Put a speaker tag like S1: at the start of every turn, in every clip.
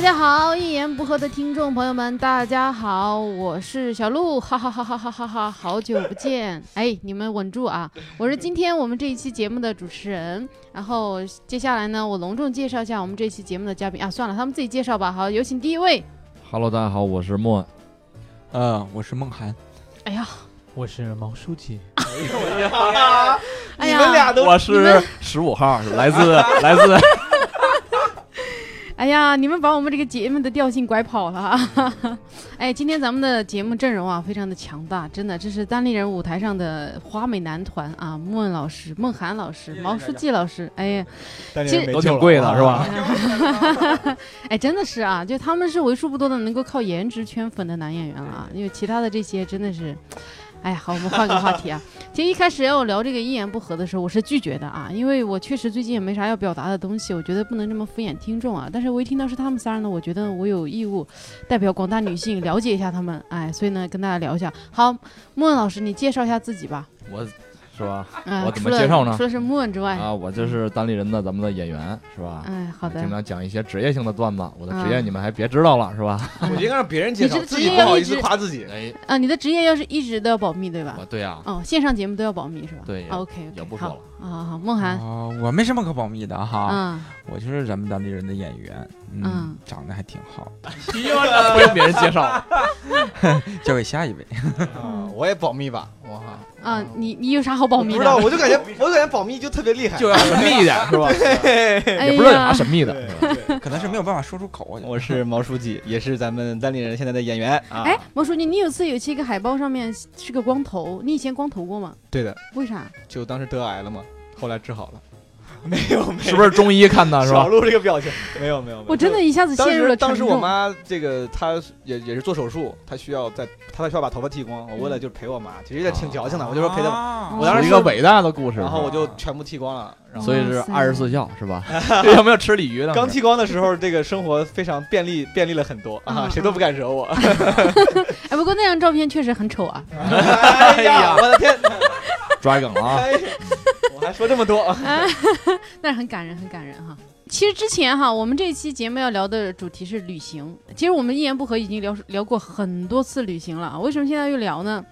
S1: 家好，一言不合的听众朋友们，大家好，我是小鹿， 哈哈哈哈哈哈哈，好久不见， 哎，你们稳住啊！我是今天我们这一期节目的主持人，然后接下来呢，我隆重介绍一下我们这期节目的嘉宾啊，算了，他们自己介绍吧。好，有请第一位，
S2: Hello，大家好，我是莫。
S3: 呃，我是梦涵，
S1: 哎呀，
S4: 我是毛书 记，
S1: 哎呀，你们俩
S2: 我是十五 号，来自来自。
S1: 哎呀，你们把我们这个节目的调性拐跑了 啊！哎，今天咱们的节目阵容啊，非常的强大，真的，这是单立人舞台上的花美男团啊，莫文老师、孟涵老师、毛书记老师，哎呀，
S4: 但
S1: 其实
S4: 是没
S2: 都
S4: 救
S2: 挺
S4: 了
S2: 贵的
S5: 啊
S2: 是吧？
S1: 哎，真的是啊，就他们是为数不多的能够靠颜值圈粉的男演员了啊，因为其他的这些真的是。哎，好，我们换个话题 啊。其实一开始要聊这个一言不合的时候，我是拒绝的啊，因为我确实最近也没啥要表达的东西，我觉得不能这么敷衍听众啊。但是我一听到是他们仨呢，我觉得我有义务代表广大女性了解一下他们，哎，所以呢跟大家聊一下。好，莫问老师，你介绍一下自己吧。
S2: 我是吧？
S1: 嗯、
S2: 我怎
S1: 除
S2: 么
S1: 了
S2: 介绍呢
S1: 除了是莫问之外，
S2: 啊，我就是单立人的咱们的演员是吧？
S1: 哎，好的
S2: 经，常讲一些职业性的段子，我的职业
S1: 嗯
S2: 你们还别知道了是吧？
S3: 我应该让别人
S1: 介
S3: 介
S1: 绍
S3: 绍，
S1: 你这
S3: 自
S1: 职业
S3: 己
S1: 自己
S3: 不
S1: 不好
S3: 好
S1: 意
S3: 意
S1: 思
S3: 思
S1: 要一直
S3: 夸自己。
S2: 哎，
S1: 啊，你的职业要是一直都要保密对吧？
S2: 我对啊，
S1: 哦，线上节目都要保密是吧？
S2: 对也
S1: OK，, o k
S2: 也不说了。
S1: 好好好，孟
S2: 哦
S1: 涵，
S3: 啊，我没什么可保密的哈，
S1: 嗯
S3: 我就是咱们当地人的演员，
S1: 嗯
S3: 嗯，长得还挺好，
S1: 啊
S2: 不用别人介绍 了。
S3: 交给下一位。
S5: 啊，我也保密吧，我哈
S1: 啊，你你有啥好保
S5: 我
S1: 密
S5: 不知道，
S1: 的？
S5: 我就感觉 我感觉保密就特别厉害，
S2: 就要神秘一点是吧？
S1: 哎
S2: 也不知道有
S1: 呀
S2: 啥，神秘的。
S5: 对
S3: 可能是没有办法说出口，我觉得
S5: 我是毛书记，也是咱们单立人现在的演员啊。
S1: 哎，毛书记，你有次有期一个海报上面是个光头，你以前光头过吗？
S5: 对的，
S1: 为啥？
S5: 就当时得癌了嘛，后来治好了。 没有，没有，
S2: 是不是中医看的是
S5: 小
S2: 吧？
S5: 鹿这个表情，没有，没有，没有
S1: 我真的。一下子
S5: 当
S1: 陷入
S5: 时，
S1: 了
S5: 当
S1: 沉
S5: 时我
S1: 重。
S5: 妈这个，她也也是做手术，她需要在，她需要把头发剃光。我为
S1: 嗯
S5: 了就是陪我妈，其实也
S1: 哦
S5: 挺矫情的，我就说陪她，
S3: 她
S1: 我
S5: 当时
S2: 是一个伟大的故事。
S5: 然后我就全部剃光了。然后
S2: 所以是
S1: 哇塞
S2: 二十四孝是 吧？这有没有吃鲤鱼的？
S5: 刚剃光的时候，这个生活非常便利，便利了很多
S1: 嗯
S5: 啊，
S1: 嗯
S5: 谁都不敢惹我。
S1: 哎，不过那张照片确实很丑啊。
S5: 哎呀，我的天！
S2: 抓梗了啊！
S5: 哎，我还说这么多，
S1: 但是很感人，很感人哈。其实之前哈，我们这一期节目要聊的主题是旅行。其实我们一言不合已经聊聊过很多次旅行了，为什么现在又聊呢？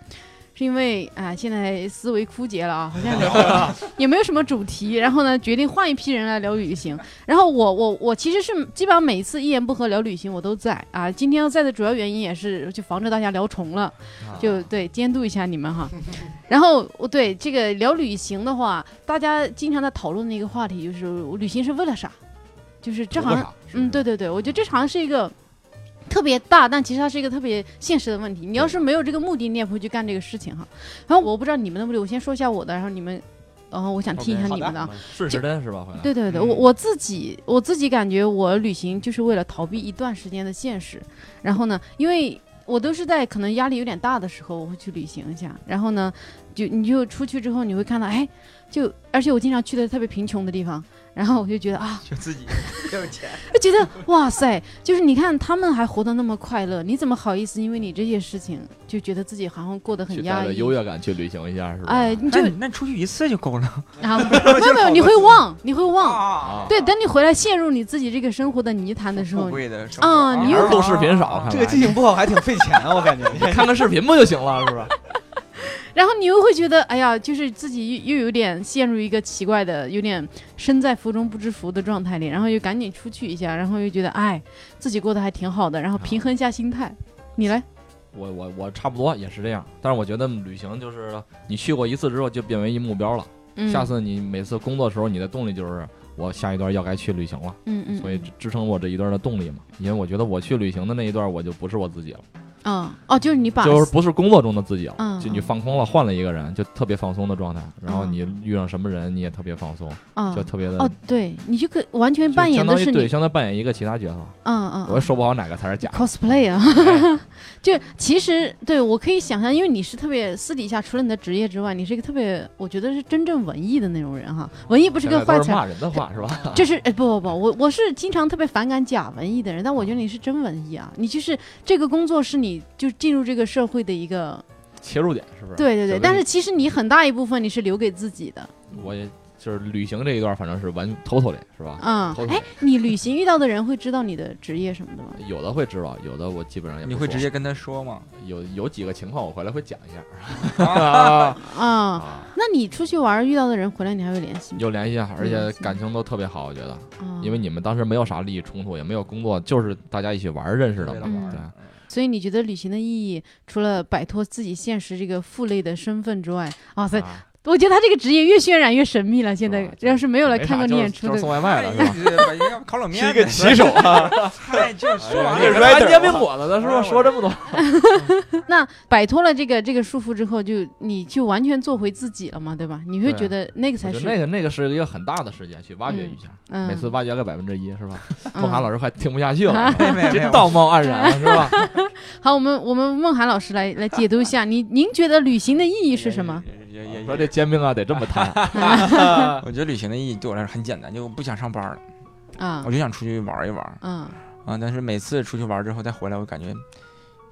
S1: 是因为啊、现在思维枯竭了啊，好像聊也没有什么主题，然后呢，决定换一批人来聊旅行。然后我我我其实是基本上每次一言不合聊旅行我都在啊，今天要在的主要原因也是就防止大家聊重了。就对监督一下你们哈。然后我对这个聊旅行的话，大家经常在讨论的一个话题就是我旅行是为了啥？就是这好像，嗯，对对对，我觉得这好像是一个特别大，但其实它是一个特别现实的问题。你要是没有这个目的，你也不会去干这个事情哈。然后我不知道你们的目的，我先说一下我的，然后你们，然后我想听一下
S5: OK，好
S1: 你
S5: 的
S1: 们的啊。
S2: 顺时针是吧？回来。
S1: 对对对，我我自己我自己感觉我旅行就是为了逃避一段时间的现实，然后呢，因为我都是在可能压力有点大的时候，我会去旅行一下，然后呢，就你就出去之后，你会看到，哎，就而且我经常去的特别贫穷的地方，然后我就觉得啊，
S3: 就自己
S5: 有钱。
S1: 就觉得哇塞，就是你看他们还活得那么快乐，你怎么好意思因为你这些事情就觉得自己好像过得
S2: 去
S1: 很
S2: 带
S1: 压
S2: 着
S1: 抑？
S2: 优越感去旅行一下，是吧？
S1: 哎， 你就
S3: 那你那你出去一次就够了
S1: 啊，没有没有，你会忘，你会忘。
S3: 啊
S1: 对，等你回来陷入你自己这个生活的泥潭的时 候
S3: 富，贵的生活
S1: 啊你
S2: 还
S1: 又
S2: 是录视频少，看来
S5: 这个记性不好还挺费钱啊，我感觉。
S2: 看看视频不就行了，是吧？
S1: 然后你又会觉得，哎呀，就是自己又又有点陷入一个奇怪的，有点身在福中不知福的状态里，然后又赶紧出去一下，然后又觉得，哎，自己过得还挺好的，然后平衡一下心态。你来，
S2: 我我我差不多也是这样，但是我觉得旅行就是你去过一次之后就变为一目标了，
S1: 嗯，
S2: 下，次你每次工作的时候，你的动力就是我下一段要该去旅行了，
S1: 嗯嗯，
S2: 所以支支撑我这一段的动力嘛。因为我觉得我去旅行的那一段我就不是我自己了，
S1: 嗯，哦，就是你把，
S2: 就是不是工作中的自己了，
S1: 嗯
S2: 就你放空了，换了一个人，就特别放松的状态，然后
S1: 嗯
S2: 你遇上什么人你也特别放松，
S1: 啊
S2: 就，特别的。
S1: 哦，对，你就可以完全
S2: 就
S1: 扮演
S2: 相当
S1: 的
S2: 于
S1: 是
S2: 对，
S1: 你，
S2: 相当于扮演一个其他角色，
S1: 嗯嗯，
S2: 我也说不好哪个才是假哎的。
S1: cosplay 啊， 就其实对我可以想象，因为你是特别私底下，除了你的职业之外，你是一个特别，我觉得是真正文艺的那种人哈。文艺不是
S2: 现
S1: 个
S2: 在
S1: 坏
S2: 都
S1: 词
S2: 是
S1: 儿，
S2: 骂人的话是吧？
S1: 就是哎不不不，我我是经常特别反感假文艺的人，但我觉得你是真文艺啊，
S2: 嗯
S1: 你就是这个工作是你就进入这个社会的一个，
S2: 切入点是不是？啊
S1: 对对对，
S2: 小
S1: 但
S2: 薇
S1: 是其实你很大一部分你是留给自己的，
S2: 我也就是旅行这一段，反正是完 totally 是吧？
S1: 嗯
S2: 偷，偷
S1: 哎，你旅行遇到的人会知道你的职业什么的吗？
S2: 有的会知道，有的我基本上也不
S3: 你会
S2: 说
S3: 直接跟他说吗？
S2: 有有几个情况，我回来会讲一下
S3: 啊
S1: 啊，
S2: 啊，
S1: 那你出去玩遇到的人回来你还会联系吗？
S2: 有联系啊，而且
S1: 嗯行
S2: 感情都特别好，我觉得，
S1: 啊
S2: 因为你们当时没有啥利益冲突，也没有工作，就是大家一起玩儿认识的
S3: 为了
S2: 嘛。
S1: 玩
S3: 玩
S1: 儿
S2: 对
S3: 儿，
S1: 所以你觉得旅行的意义，除了摆脱自己现实这个负累的身份之外，哇塞，
S2: 啊
S1: 我觉得他这个职业越渲染越神秘了。现在
S2: 是吧
S1: 要是没有来
S2: 没
S1: 看过
S2: 啥
S1: 你
S2: 就是
S1: 演出
S2: 就是送
S1: 的，
S2: 外卖了 是吧？
S3: 吧？要不烤冷面，
S5: 是一个骑手啊，
S3: 哎，就是说完
S5: 这
S2: 这
S5: 是
S3: 了，
S5: writer
S2: 煎饼果子的是吧？说这么多，
S1: 那摆脱了这个这个束缚之后，就你就完全做回自己了嘛，对吧？你会
S2: 对
S1: 觉得那个才
S2: 我觉
S1: 是
S2: 得那个那个是一个很大的事件，去挖掘一下，
S1: 嗯，
S2: 每次挖掘个百分之一是吧？
S1: 嗯
S2: 孟涵老师快听不下去了，
S3: 哎没没没
S2: 这 道貌岸然了是 吧？
S1: 好，我们我们孟涵老师来来解读一 下，您您觉得旅行的意义
S3: 意
S1: 是什么？？
S3: 也也
S2: 我
S3: 也
S2: 说这煎饼啊得这么摊，
S3: 我觉得旅行的意义对我来说很简单，就我不想上班了，
S1: 啊
S2: 哎
S3: 我就想出去玩一玩
S2: 哦
S1: 嗯，
S3: 啊。但是每次出去玩之后再回来，我感觉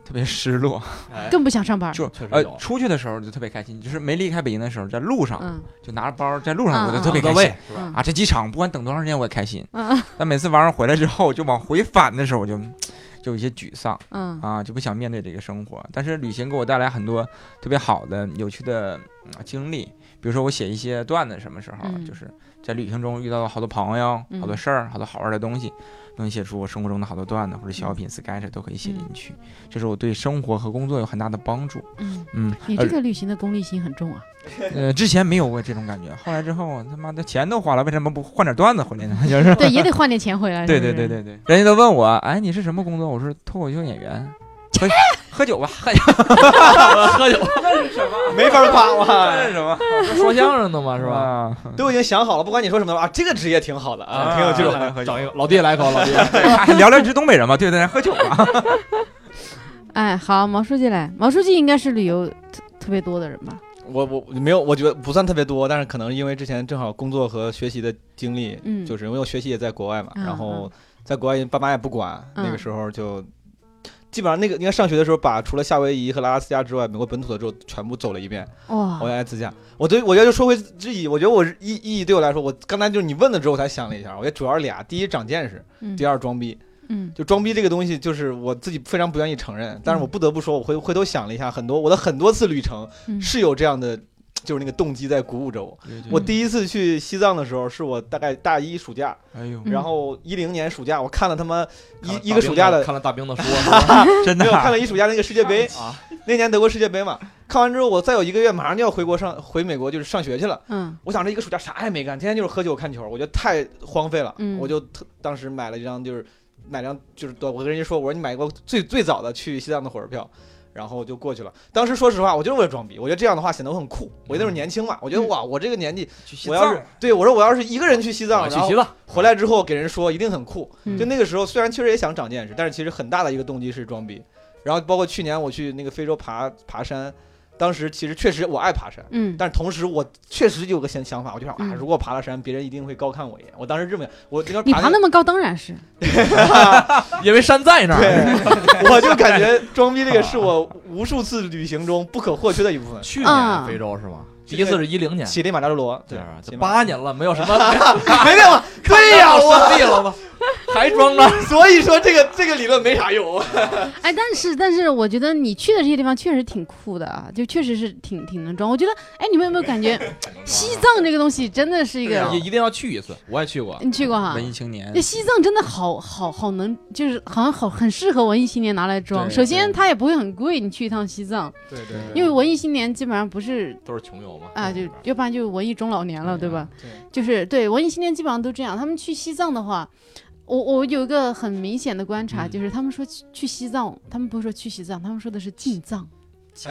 S3: 特别失落。
S1: 啊更不想上班儿。
S3: 就
S2: 确实
S3: 呃
S2: 有啊
S3: 出去的时候就特别开心，就是没离开北京的时候，在路上
S1: 嗯
S3: 就拿着包在路
S1: 嗯
S3: 上我就
S1: 嗯
S3: 特别
S2: 各
S3: 开
S2: 位
S3: 心
S2: 是吧？
S1: 嗯
S3: 啊。这机场不管等多长时间我也开心，
S1: 嗯
S3: 但每次玩完回来之后，就往回返的时候我就就有一些沮丧
S1: 嗯
S3: 啊，就不想面对这个生活。但是旅行给我带来很多特别好的、有趣的嗯经历，比如说我写一些段子，什么时候、
S1: 嗯
S3: 就是在旅行中遇到了好多朋友、
S1: 嗯
S3: 好多事儿、好多好玩的东西，能写出我生活中的好多段子或者
S1: 嗯
S3: 小品、sketch 都可以写进去，这是我对生活和工作有很大的帮助。
S2: 啊
S1: 嗯，
S3: 嗯，
S1: 你这个旅行的功利心很重啊。
S3: 呃，之前没有过这种感觉，后来之后他妈的钱都花了，为什么不换点段子回来呢？ 就是。
S1: 对，也得换点钱回来。
S3: 对
S1: 是不
S3: 对
S1: 是
S3: 对。对对，人家都问我，哎，你是什么工作？我说脱口秀演 员。喝喝酒吧，喝酒。
S2: 喝酒
S5: 没法夸
S3: 这
S5: 哇
S3: 是。什么？
S2: 说相声的嘛是
S3: 是
S2: 吧？
S3: 吧？
S5: 都已经想好了，不管你说什么的啊，这个职业挺好的啊，
S3: 啊
S5: 挺有这
S3: 喝
S5: 种
S3: 酒
S5: 找一个老弟来一口，老弟来一口
S3: 还 聊聊你是东北人嘛，对不对？喝酒吧。
S1: 哎，好，毛书记来，毛书记应该是旅游特特别多的人吧？
S5: 我我没有，我觉得不算特别多，但是可能因为之前正好工作和学习的经历，
S1: 嗯
S5: 就是因为我学习也在国外嘛，
S1: 嗯
S5: 然后在国外爸妈也不管，
S1: 嗯
S5: 那个时候就基本上那个应该上学的时候，把除了夏威夷和拉拉斯加之外，美国本土的州全部走了一遍。我
S1: 哇，
S5: 要爱自驾，我对我觉得就说回质疑，我觉得我意意义对我来说，我刚才就是你问了之后，我才想了一下，我觉得主要是俩，第一长见识，
S1: 嗯
S5: 第二装逼。
S1: 嗯
S5: 就装逼这个东西，就是我自己非常不愿意承认，但是我不得不说，我回回头想了一下，很多我的很多次旅程
S1: 嗯
S5: 是有这样的，就是那个动机在鼓舞着我。我
S1: 嗯
S5: 第一次去西藏的时候，是我大概大一暑假，
S3: 哎呦，
S1: 嗯
S5: 然后一零年暑假，我看了他妈
S2: 看了
S5: 一一
S2: 大
S5: 个
S2: 兵
S5: 暑假的，
S2: 看了大兵的 书，是吧
S3: 真
S5: 没
S3: 的
S5: 有看
S3: 啊
S5: 了一暑假那个世界杯，
S2: 啊，
S5: 那年德国世界杯嘛。看完之后，我再有一个月马上就要回国上回美国，就是上学去了。
S1: 嗯
S5: 我想这一个暑假啥也没干，天天就是喝酒看球，我觉得太荒废了。
S1: 嗯
S5: 我就特当时买了一张就是买张就是多，我跟人家说我说你买过最最早的去西藏的火车票，然后就过去了。当时说实话，我就是为了装逼，我觉得这样的话显得我很酷。我那时候年轻嘛，我觉得
S1: 嗯
S5: 哇，我这个年纪，
S3: 去西
S5: 我要
S3: 藏
S5: 是对我说我要是一个人去西藏，
S2: 啊去
S5: 然后
S2: 西藏，
S5: 回来之后给人说一定很酷。
S1: 嗯
S5: 就那个时候虽然确实也想长见识，但是其实很大的一个动机是装逼。然后包括去年我去那个非洲爬爬山，当时其实确实我爱爬山。
S1: 嗯
S5: 但是同时，我确实有个想想法，我就想啊，
S1: 嗯
S5: 如果爬了山，别人一定会高看我一眼。我当时这么想，我这个
S1: 你
S5: 爬
S1: 爬那么高，当然是
S2: 因为山在那儿，
S5: 对，我就感觉装逼这 个是我无数次旅行中不可或缺的一部分。
S2: 去
S1: 啊
S2: 年非洲是吗？第一次是一零年，
S5: 乞力马扎罗，对
S2: 对啊，，
S5: 乞力
S2: 这
S5: 马
S2: 八年了，没有什 么
S5: 没有啊， 对呀，我
S2: 生了 吗？还装着，
S5: 所以说这个这个理论没啥用。
S1: 哎，但是但是，我觉得你去的这些地方确实挺酷的啊，就确实是挺挺能装。我觉得，哎，你们有没有感觉 西藏这个东西真的是一
S2: 也
S1: 个？
S2: 一定要去一次，我也去过，
S1: 你去过哈？
S3: 文艺青年
S1: 那，西藏真的好好好能，就是好像好很适合文艺青年拿来装。
S3: 对
S1: 首先，
S3: 对
S1: 它也不会很贵，你去一趟西藏，
S5: 对对
S1: 因为文艺青年基本上不是
S2: 都是穷游嘛。
S1: 啊，就要不然就文艺中老年了，对吧？
S5: 对
S1: 就是对文艺青年基本上都这样。他们去西藏的话，我我有一个很明显的观察，
S2: 嗯
S1: 就是他们说去去西藏，他们不是说去西藏，他们说的是进藏。
S3: 西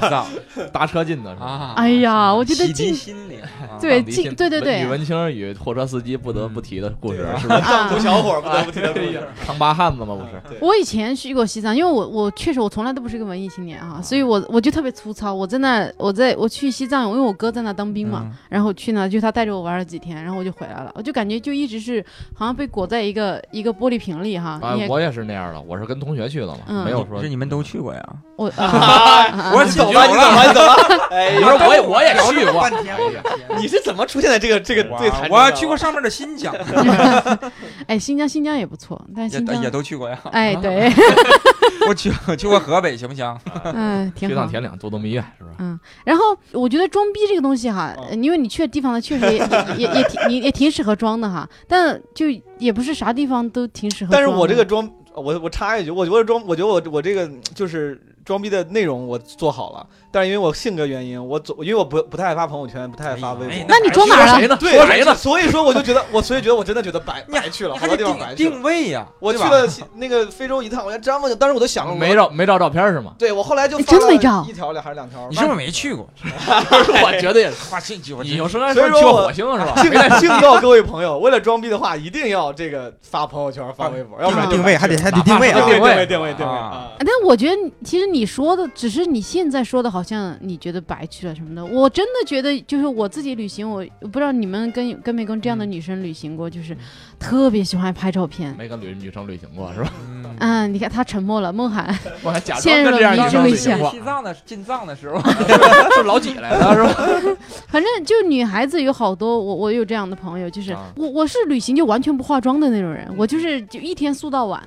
S3: 藏
S2: 搭车进的是吧？
S3: 啊！
S1: 哎呀，我觉得
S3: 洗
S1: 进
S3: 涤心灵，啊
S1: 对
S2: 当地
S1: 进
S2: 信
S1: 对对对
S2: 宇文清与货车司机不得不提的故事
S5: 嗯，
S2: 是不 是？
S5: 藏族小伙儿不得不提的故事，
S2: 康巴汉子嘛，不是？
S5: 对
S1: 啊我以前去过西藏，因为我我确实我从来都不是个文艺青年啊，所以我我就特别粗糙。我在那我在我去西藏，因为我哥在那当兵嘛，
S3: 嗯
S1: 然后去呢就他带着我玩了几天，然后我就回来了，我就感觉就一直是好像被裹在一个一个玻璃瓶里哈。
S2: 啊
S1: 你也，
S3: 哎
S2: 我也是那样的，我是跟同学去的嘛，
S1: 嗯
S2: 没有
S3: 不
S2: 说
S3: 是你们都去过呀？啊
S1: 我啊
S5: 哎
S2: 我说
S5: 你
S2: 起
S5: 走
S2: 酒
S5: 吧，你走吧，你走吧。哎
S2: 我
S5: 呦，
S2: 说我也我也去过，
S6: 半天，我的天
S5: 你是怎么出现在这个这个
S3: 我
S5: 对谈？
S3: 我还去过，上面的新疆，
S1: 哎，新疆新疆也不错，但是
S3: 也
S1: 新疆
S3: 也都去过呀。
S1: 哎对，
S3: 我去我去过河北，行不行？
S1: 嗯，
S2: 去
S1: 挺好
S2: 趟。田两，做动蜜月，是不是？
S1: 嗯，然后我觉得装逼这个东西哈，
S5: 嗯
S1: 呃因为你去的地方呢，确实也也也也挺你也挺适合装的哈，但就也不是啥地方都挺适合装
S5: 但
S1: 的。
S5: 是我这个装，我我插一句，我觉得装，我觉得我我这个就是装逼的内容我做好了，但是因为我性格原因，我总因为我不不太爱发朋友圈，不太爱发微
S3: 哎呀
S5: 博。
S1: 那你装哪儿
S2: 说
S1: 了？
S2: 谁呢？
S5: 对，
S2: 说谁呢？
S5: 所以说我就觉得，我所以觉得我真的觉得白
S3: 你还
S5: 白去了，
S3: 你
S5: 好
S3: 哎还
S5: 多
S3: 得
S5: 地方白
S3: 定
S5: 去了。
S3: 定位呀。
S5: 我去
S3: 对吧
S5: 了西那个非洲一趟，我觉得我当时我都想了，
S2: 没
S5: 照。
S2: 照没照照片是吗？
S5: 对我后来就
S1: 哎
S5: 发
S1: 真没
S5: 了
S1: 照
S5: 一条两还是两条？
S3: 你是不是没 去过？
S2: 我觉得也是。
S3: 哇，这这我
S2: 你
S3: 这
S2: 用生来
S5: 所
S2: 说
S5: 以说
S2: 去过
S5: 我
S2: 火星是吧？
S5: 敬敬告各位朋友，为了装逼的话，一定要这个发朋友圈、发微博，要不然就
S6: 定位还得还得
S2: 哪怕
S6: 定位啊
S2: 是！
S5: 定位、
S2: 位
S5: 定位、定位
S3: 啊！
S1: 但我觉得你其实你说的只是你现在说的，好像你觉得白去了什么的。我真的觉得，就是我自己旅行，我我不知道你们跟跟没跟这样的女生旅行过，就是特别喜欢拍照片。
S2: 没跟女女生旅行过是吧？
S3: 嗯
S1: 啊，你看他沉默了，梦涵，
S2: 我还假装
S1: 陷入
S2: 跟
S1: 了
S2: 这样
S1: 迷之
S2: 女生
S1: 旅
S2: 旅
S1: 行
S2: 行 过，
S3: 西藏的进藏的时候，
S5: 啊
S2: 是老几来的是吧？
S1: 反正就女孩子有好多，我我有这样的朋友，就是、
S2: 啊
S1: 我我是旅行就完全不化妆的那种
S5: 嗯
S1: 人，我就是就一天素到晚，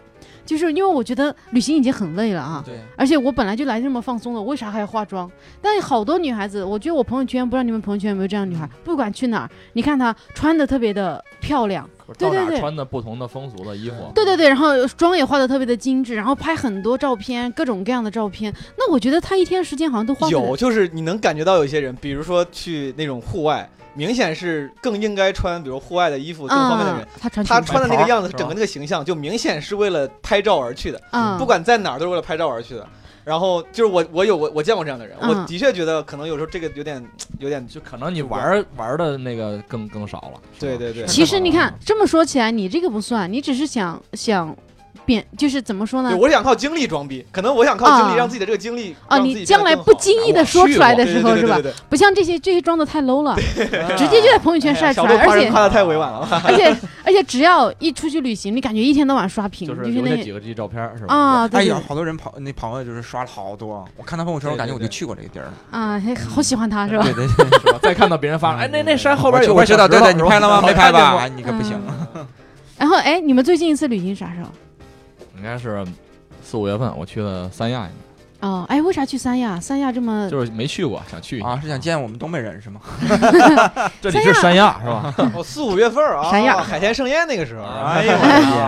S1: 就是因为我觉得旅行已经很累了啊，
S3: 对，
S1: 而且我本来就来这么放松的，我为啥还要化妆？但好多女孩子，我觉得我朋友圈不知道你们朋友圈有没有这样的
S5: 嗯
S1: 女孩，不管去哪儿，你看她穿的特别的漂亮，对
S2: 到
S1: 对
S2: 哪
S1: 对
S2: 儿穿的不同的风俗的衣服，
S1: 对对对，然后妆也化的特别的精致，然后拍很多照片，各种各样的照片，那我觉得她一天时间好像都花在
S5: 有，就是你能感觉到有些人，比如说去那种户外，明显是更应该穿，比如户外的衣服更方便的
S1: 啊
S5: 人，，
S1: 她穿
S5: 他
S1: 裙子
S5: 穿的那个样子，
S3: 是吧
S5: 整个那个形象，就明显是为了拍照而去的，
S1: 啊，
S5: 不管在哪儿都是为了拍照而去的。然后就是我，我有我我见过这样的人，
S1: 嗯
S5: 我的确觉得可能有时候这个有点有点
S2: 就可能你玩儿玩儿的那个更更少了。是吧
S5: 对对对
S1: 其实你看，这么说起来，你这个不算，你只是想想贬，就是怎么说呢哦
S5: 对，？我想靠经历装逼，可能我想靠经历
S1: 啊
S5: 让自己的这个经历
S1: 啊，
S5: 让自
S1: 你
S5: 己
S1: 将来
S5: 变得
S1: 不
S5: 更好啊
S1: 经意的说出来的时候
S5: 对
S1: 是
S5: 对
S1: 吧
S5: 对？对对
S1: 不像这些这些装的太 low 了，
S5: 对
S1: 直接就在朋友圈晒出来，
S5: 哎呀小豆夸
S1: 而
S5: 人
S1: 且
S5: 夸的太委 婉了，
S1: 而且而且只要一出去旅行，你感觉一天到晚刷屏，
S2: 就是
S1: 是
S2: 留下
S1: 那
S2: 几个这照片儿是吧？
S1: 啊，
S3: 哎
S1: 对
S3: 呀，
S1: 对
S3: 好多人跑那朋友就是刷了好多，我看他朋友圈，我感觉我就去过这个地儿了。
S1: 啊，还好喜欢他
S5: 哎
S1: 是吧？
S3: 对对对，
S2: 是吧再看到别人发了，哎，那那山后边
S3: 我
S2: 有
S3: 就
S2: 块
S3: 我知道，
S2: 小石
S3: 对
S2: 头
S3: 对，你拍了吗？没拍？
S2: 是
S3: 吧？
S2: 吧
S3: 哎，你可不行。
S1: 嗯然后哎，你们最近一次旅行啥时候？
S2: 应该是四五月份，我去了三亚，应
S1: 哦，哎，为啥去三亚？三亚这么
S2: 该就是没去过，想去一下
S3: 啊，是想见我们东北人是吗？
S2: 这里是
S1: 三
S2: 三亚 是吧？
S5: 哦，四五月份儿啊，
S1: 啥样
S5: 海鲜盛宴那个时候啊，
S3: 哎呀，我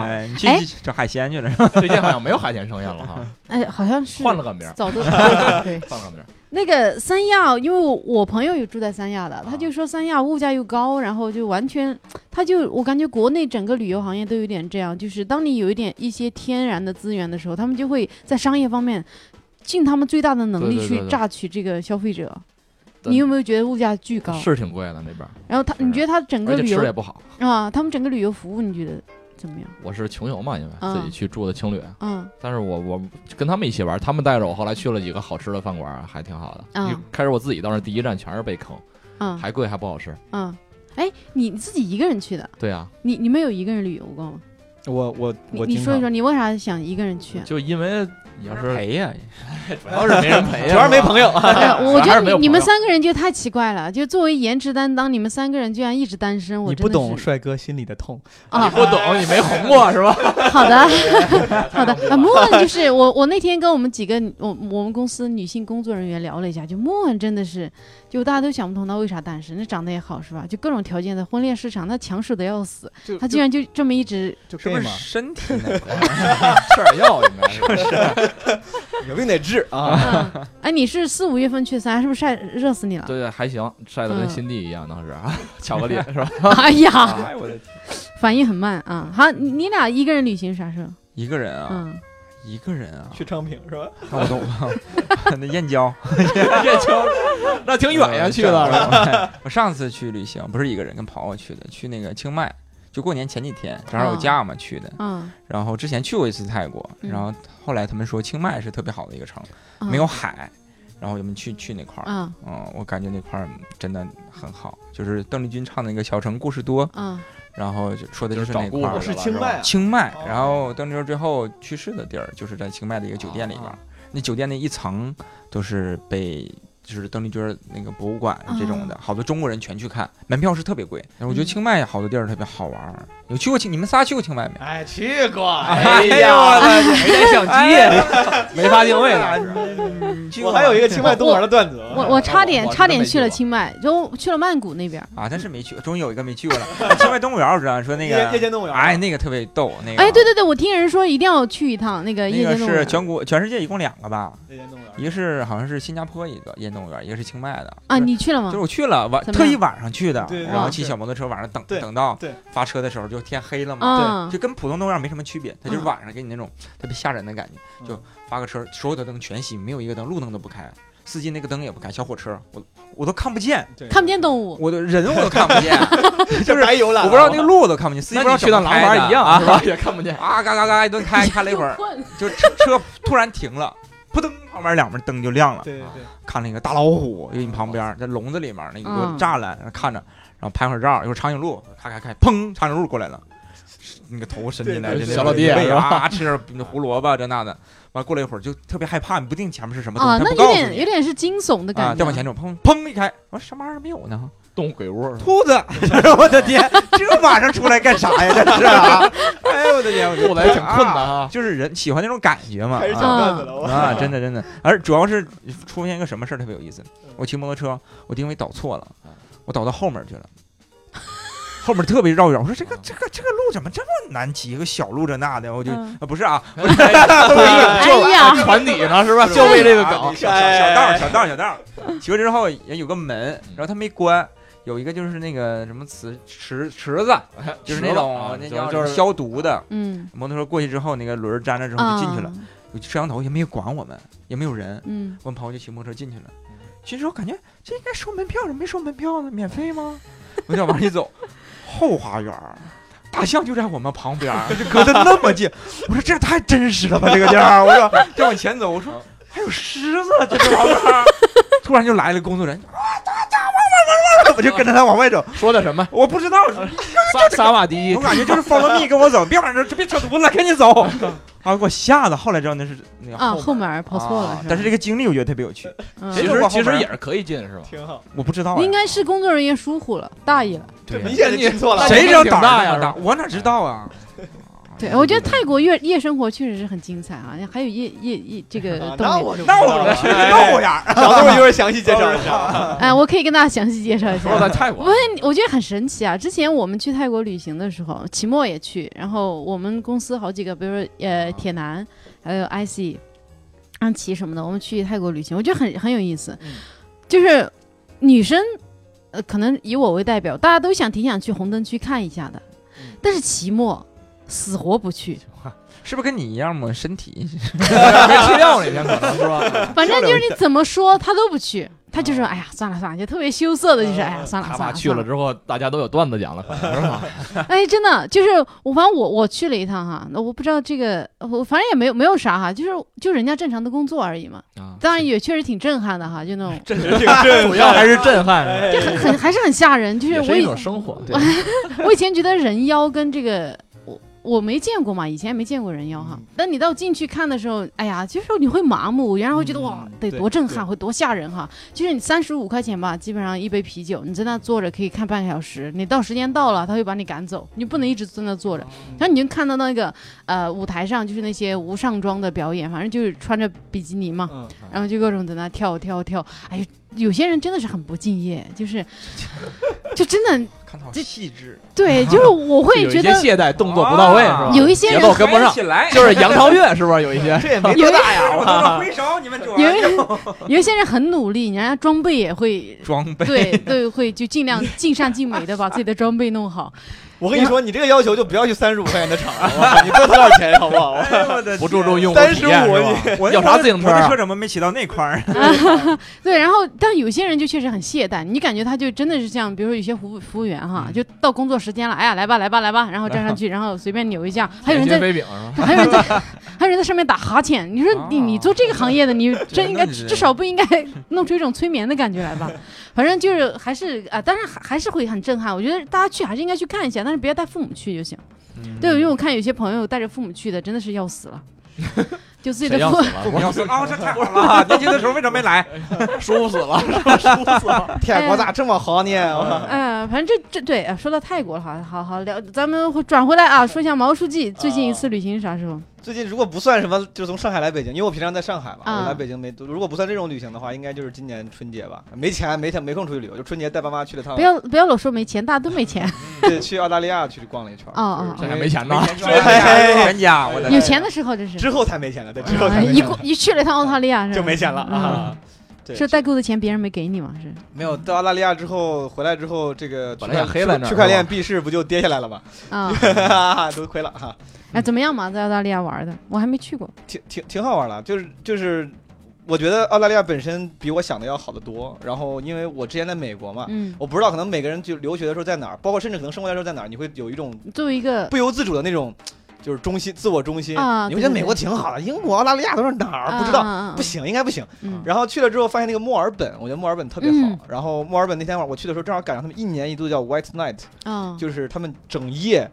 S3: 的天你
S1: 哎
S3: 去去找海鲜去了是吧？
S2: 最近好像没有海鲜盛宴了哈，
S1: 哎，好像是
S2: 换了个名儿，
S1: 早都 对。
S2: 换了个名儿。
S1: 那个三亚，因为我我朋友有住在三亚的，
S2: 啊
S1: 他就说三亚物价又高，然后就完全，他就我感觉国内整个旅游行业都有点这样，就是当你有一点一些天然的资源的时候，他们就会在商业方面尽他们最大的能力
S2: 对对对
S1: 去
S2: 对
S1: 榨取这个消费者。
S2: 对
S1: 你有没有觉得物价巨高？
S2: 是挺贵的那边儿，
S1: 然后他，
S2: 是
S1: 你觉得他整个
S2: 而且
S1: 旅
S2: 吃的
S1: 游
S2: 也不好。
S1: 啊，他们整个旅游服务你觉得怎么样？
S2: 我是穷游嘛，因为
S1: 嗯
S2: 自己去住的青旅，
S1: 嗯
S2: 但是我我跟他们一起玩，他们带着我，后来去了几个好吃的饭馆，还挺好的。
S1: 嗯
S2: 一开始我自己到那第一站全是被坑，
S1: 嗯
S2: 还贵还不好吃。
S1: 嗯，哎，你自己一个人去的，
S2: 对啊，
S1: 你你们有一个人旅游过吗？
S5: 我我
S1: 你你说一说，你为啥想一个人去啊？
S2: 就因为你要是
S3: 赔呀，
S2: 主要是没人陪，
S5: 主要是没朋友，啊
S1: 哎， 我
S2: 反
S1: 觉
S2: 而没
S1: 得
S2: 有
S1: 你你们
S2: 朋友
S1: 三个人就太奇怪了，就作为颜值担当，你们三个人居然一直单身，我
S5: 你
S1: 真的
S5: 不懂
S1: 是
S5: 帅哥心里的痛，
S2: 你
S1: 啊。
S2: 不懂，你没红 过是吧？
S1: 好的， 好的。啊，莫恩就是我，我那天跟我们几个我我们公司女性工作人员聊了一下，就莫恩真的是，就大家都想不通他为啥单身，那长得也好是吧？就各种条件的婚恋市场，他抢手的要死，
S5: 就
S1: 他居然就这么一直
S5: 就是
S3: 不是身体 呢？
S2: 吃点药应 该是。
S5: 有病得治啊！
S1: 嗯， 哎，你是四五月份去三亚，是不是晒热死你了？
S2: 对对，还行，晒得跟
S1: 嗯
S2: 新地一样，当时啊， 巧克力是吧？
S1: 哎呀，
S2: 啊
S3: 哎我的天
S1: 反应很慢啊。好，你你俩一个人旅行啥时候？
S3: 一个人啊，
S1: 嗯，
S3: 一个人啊，
S5: 去昌平是 吧？
S3: 那我都 那燕郊
S2: 月球，那挺远呀，去 了。
S3: 了。我上次去旅行不是一个人，跟朋友去的，去那个清迈，就过年前几天，正好有假嘛去的。
S1: 嗯，
S3: 然后之前去过一次泰国，
S1: 嗯
S3: 然后后来他们说清迈是特别好的一个城，
S1: 嗯
S3: 没有海，然后我们去去那块儿，
S1: 嗯
S3: 嗯，我感觉那块儿真的很好，就是邓丽君唱的那个《小城故事多》，
S1: 嗯
S3: 然后就说的
S2: 就是找
S3: 那
S2: 故
S3: 块
S2: 事
S3: 儿
S5: 是清迈啊，
S3: 清迈
S5: 哦，
S3: 然后邓丽君最后去世的地儿就是在清迈的一个酒店里边儿
S2: 啊。
S3: 那酒店那一层都是被就是邓丽君儿那个博物馆这种的，好多中国人全去看，门票是特别贵。但我觉得
S1: 啊嗯
S3: 清迈好多地儿特别好玩儿，有去过清？你们仨去过清迈没？
S5: 哎，去过，
S3: 哎
S5: 呀，
S3: 我的
S2: 没带相机，没法定位
S5: 哎
S2: 呢。
S5: 我还有一个清迈东莞的段子，
S1: 我我差点
S2: 我
S1: 差点
S2: 真没
S1: 去了
S2: 去过
S1: 清迈，就去了曼谷那边儿。
S3: 啊，但是没去，终于有一个没去过了。 清迈动物园儿我知道，说那
S5: 夜夜
S3: 个，
S5: 间动物园，
S3: 哎，，那个特别逗，那个，
S1: 哎，对，对对，我听人说一定要去一趟那个夜
S3: 那
S1: 间
S3: 个
S1: 动物园
S3: 是全国全世界一共两个吧，
S5: 夜间动物园，
S3: 一个是好像是新加坡一个夜间动物园，一个是清迈的
S1: 啊，
S3: 就是
S1: 你去了吗
S3: 就是？我去了晚，
S1: 怎么
S3: 特意
S1: 样
S3: 晚上去的，
S5: 对对
S3: 然后
S1: 对
S3: 骑
S5: 是
S3: 小摩托车晚上等
S5: 对
S3: 等到
S5: 对
S3: 发车的时候就天黑了嘛，
S1: 啊，
S3: 就跟普通动物园没什么区别，它就是
S1: 嗯
S3: 晚上给你那种特别吓人的感觉，就
S5: 嗯
S3: 发个车，所有的灯全熄，没有一个灯，路灯都不开，司机那个灯也不开，小火车我我都看不见，
S5: 对
S1: 看不见动物。
S3: 我的人我都看不 见，就是
S5: 白游览，
S3: 我不知道那个路我都看不见，司机
S2: 那
S3: 不知道
S2: 你去到
S3: 哪
S2: 廊坊一样
S3: 啊
S2: 是吧？也看不 见。
S3: 啊嘎嘎嘎一顿开，开了一 会儿，啊
S1: 困，
S3: 就车车突然停了，扑腾，旁边两边灯就亮了，
S5: 对对
S3: 看了一个大老虎，就你旁边在笼子里面那有个
S1: 嗯
S3: 栅栏，看着，然后拍会儿照，一会儿长颈鹿，咔咔咔，砰，长颈鹿过来了，那个头伸进来，
S5: 对
S3: 这
S5: 小老
S2: 弟
S3: 背
S2: 是吧
S3: 啊，吃点胡萝卜这那的，完过了一会儿就特别害怕，你不定前面是什么东
S1: 啊，
S3: 西，他
S1: 那
S3: 不
S1: 有
S3: 告诉
S1: 点有
S3: 你。
S1: 点是惊悚的
S3: 啊！
S1: 感觉。
S3: 再往前走，砰砰一开，我说什么玩意儿没有呢？
S2: 动物鬼屋是吧
S3: 兔子！ 我的天，这晚上出来干啥呀？这是啊！哎呦我的天，我
S2: 后来挺困难
S3: 啊，
S2: 啊。
S3: 就是人喜欢那种感觉嘛。
S5: 开始
S3: 啊
S5: 讲段子了，我
S3: 啊，真的真的，而主要是出现一个什么事儿特别有意思
S5: 嗯，
S3: 我骑摩托车，我定位导错了，我导到后面去了，后面特别绕远，我说这个
S2: 啊
S3: 这个这个路怎么这么难骑？个小路这那的，我就
S1: 嗯
S3: 啊不是啊，
S1: 哎呀，
S2: 船底呢是吧？
S5: 是
S2: 就为这个
S3: 啊
S2: 梗
S3: 小小道儿小道儿小道儿，骑过之后也有个门，然后他没关。有一个就是那个什么池池池子，啊就是那种那叫
S2: 啊就是
S3: 消毒的
S1: 嗯
S3: 摩托车过去之后，那个轮儿粘着之后
S1: 啊，
S3: 就进去了。有摄像头也没有管我们，也没有人，
S1: 嗯，
S3: 我们朋友就骑摩托车进去了
S2: 嗯。
S3: 进去之后感觉这应该收门票，怎么没收门票呢？免费吗？我就想往里走，后花园儿，大象就在我们旁边儿，就隔得那么近。我说这也太真实了吧，这个地儿。我说就往前走，我说还有狮子在这旁边儿。突然就来了工作人员，啊大象汪汪汪汪汪我就跟着他往外走。
S2: 说的什 么？
S3: 我不知道，
S2: 撒撒瓦迪
S3: 我 感觉就是 follow me 跟我走，别往这儿别扯犊子了，赶紧走。啊，给我吓得，后来知道那是那个
S1: 啊，
S3: 后门
S1: 后门跑错
S3: 啊
S1: 了，
S3: 但是这
S1: 个
S3: 个经历我觉得特别有趣，
S2: 其
S1: 嗯，
S3: 谁走
S2: 实
S3: 过
S2: 其
S3: 后
S2: 实
S3: 门
S2: 也是可以进 是吧？
S5: 挺好，
S3: 我不知道啊呀、
S1: 应该是工作人员疏忽了，大意了。
S5: 这
S3: 对呀
S5: 明显是听错了，
S2: 那
S3: 谁
S2: 你
S3: 知道
S2: 挺
S3: 胆儿
S2: 大
S3: 那
S2: 呀
S3: 么
S2: 是
S3: 大？
S2: 吧
S3: 我哪知道啊？
S1: 对，我觉得泰国夜夜生活确实是很精彩啊，还有夜夜夜这个
S5: 啊那
S1: 动
S5: 我
S1: 力。
S5: 就
S2: 哎
S3: 那
S5: 不知道了哎
S3: 我去豆 芽儿，
S5: 小豆一会儿详细介绍一 下，
S1: 哎，我可以跟大家详细介绍一下。
S2: 说在泰国
S1: 不是，我觉得很神奇啊！之前我们去泰国旅行的时候，期末也去，然后我们公司好几个，比如说呃
S2: 啊
S1: 铁男，还有 IC、安琪什么的，我们去泰国旅行，我觉得很很有意思。
S5: 嗯
S1: 就是女生，呃，可能以我为代表，大家都想挺想去红灯区看一下的，
S5: 嗯
S1: 但是期末死活不去，
S3: 是不是跟你一样嘛？身体
S2: 没吃药那天可能是吧？
S1: 反正就是你怎么说他都不去，他就说哎呀算了算了，就特别羞涩的，就是哎呀算了
S2: 他
S1: 算
S2: 爸
S1: 了，
S2: 去
S1: 算
S2: 了之后，大家都有段子讲了，可能是 吧？
S1: 哎，真的就是我，反正我我去了一趟哈，那我不知道这个，我反正也没有没有啥哈，就是就人家正常的工作而已嘛。
S2: 啊，
S1: 当然也确实挺震撼的哈，就那种
S5: 这是挺震
S2: 主要还是震撼，
S3: 哎
S2: 是吧
S5: 撼，
S1: 很很还是很吓人。就是
S2: 呃也
S1: 我
S2: 是一
S1: 以
S2: 种生活。对，
S1: 我以前觉得人妖跟这个我我没见过嘛，以前也没见过人妖哈
S5: 嗯。
S1: 但你到进去看的时候，哎呀，就是你会麻木，然后会觉得
S5: 嗯
S1: 哇得
S5: 对
S1: 多震
S5: 对
S1: 撼，会多吓人哈。就是你三十五块钱吧，基本上一杯啤酒，你在那坐着可以看半个小时，你到时间到了他会把你赶走，你不能一直在那坐着。然后你就看到那个呃舞台上就是那些无上装的表演，反正就是穿着比基尼嘛，
S5: 嗯，
S1: 然后就各种在那跳跳跳。哎呦，有些人真的是很不敬业，就是就真的
S3: 看到
S1: 这
S3: 细致，
S1: 对，就是我会
S2: 有
S1: 觉
S2: 一
S1: 得
S2: 些懈怠，动作不到位是吧？
S1: 有一些
S2: 节
S1: 人
S2: 奏跟不上
S3: 嗨，起来，
S2: 就是 杨超越是不是有一些？
S5: 这也没
S1: 有一
S3: 哎 呀，我都要挥手，你们主
S1: 有一有一些人很努力，人家装备也会。
S3: 装备
S1: 对对，会就尽量尽善尽美的把自己的装备弄好。
S5: 我跟你说，你这个要求就不要去三十五块钱的厂，好不 好你多掏点钱好不好？
S3: 哎呦我的
S2: 不注重
S3: 天
S2: 用户体验
S5: 35
S2: 是吧？
S3: 我
S2: 有啥自行车
S3: 我的
S2: 啊
S3: 车？怎么没骑到那块儿？
S1: 对，然后但有些人就确实很懈怠，你感觉他就真的是像，比如说有些服务服务员
S2: 嗯
S1: 哈，就到工作时间了，哎呀，来吧来吧来吧，然后站上去，然后随便扭一下，还有人在
S2: 飞饼是吧？
S1: 还有人在， 还有人在上面打哈欠。你
S2: 哦
S1: 说你
S3: 啊
S1: 你做这个行业的，你真应该
S3: 那是
S1: 至少不应该 弄出一种催眠的感觉来吧？反正就是还是啊、当然还还是会很震撼。我觉得大家去还是应该去看一下，但是
S2: 嗯
S3: 嗯
S1: 不要带父母去就行。对，因为我看有些朋友带着父母去的，真的是要死了。 就自己的
S2: 谁要
S1: 父
S2: 死了？
S3: 父母要死啊！这太 好了，年轻的时候为什么没来？
S2: 舒服死了，舒服死 了。
S5: 泰国咋啊这么好 呢？
S1: 嗯，反正这这对啊，说到泰国了，好好好聊，咱们会转回来啊，说一下毛书记最近一次旅行是啥时候？
S5: 最近如果不算什么，就从上海来北京，因为我平常在上海嘛，
S2: 嗯
S1: 啊
S5: 我来北京没。如果不算这种旅行的话，应该就是今年春节吧。没钱，没钱，没空出去旅游，就春节带爸妈去了趟
S1: 不，要不要老说没钱，大家都没 钱，
S5: 对，去澳大利亚去逛了一圈。
S1: 哦
S2: 这
S5: 就是因
S2: 还
S5: 为
S2: 没 钱呢，
S3: 哎全家，我的
S1: 有钱的时候这是
S5: 之后才没钱了，对，之后才
S1: 哎
S5: 没
S1: 一
S2: 嗯
S5: 钱了
S1: 过一去了一趟澳大利亚是吧
S5: 就没钱了啊。对，
S1: 是代购的钱别人没给你吗？是
S5: 没有到澳大利亚之后回来之后，这个
S2: 本来也黑在那儿
S5: 区块
S2: 是吧
S5: 链币市不就跌下来 了吗？
S1: 啊，
S5: 都亏了哈，
S1: 哎，怎么样嘛，在澳大利亚玩的，我还没去过。
S5: 挺挺挺好玩的，就是就是。我觉得澳大利亚本身比我想的要好得多，然后因为我之前在美国嘛，
S1: 嗯，
S5: 我不知道可能每个人就留学的时候在哪儿，包括甚至可能生活的时候在哪儿，你会有一种
S1: 作为一个
S5: 不由自主的那种就是中心自我中心，
S1: 啊
S5: 你会觉得
S1: 对对
S5: 美国挺好的，英国、澳大利亚都是哪儿不知道，
S1: 道
S5: 不，行应该不行。
S1: 啊嗯
S5: 然后去了之后发现那个墨尔本，我觉得墨尔本特别好。
S1: 嗯
S5: 然后墨尔本那天晚上我去的时候正好赶上他们一年一度叫 White Night，
S1: 嗯，
S5: 就是他们整夜，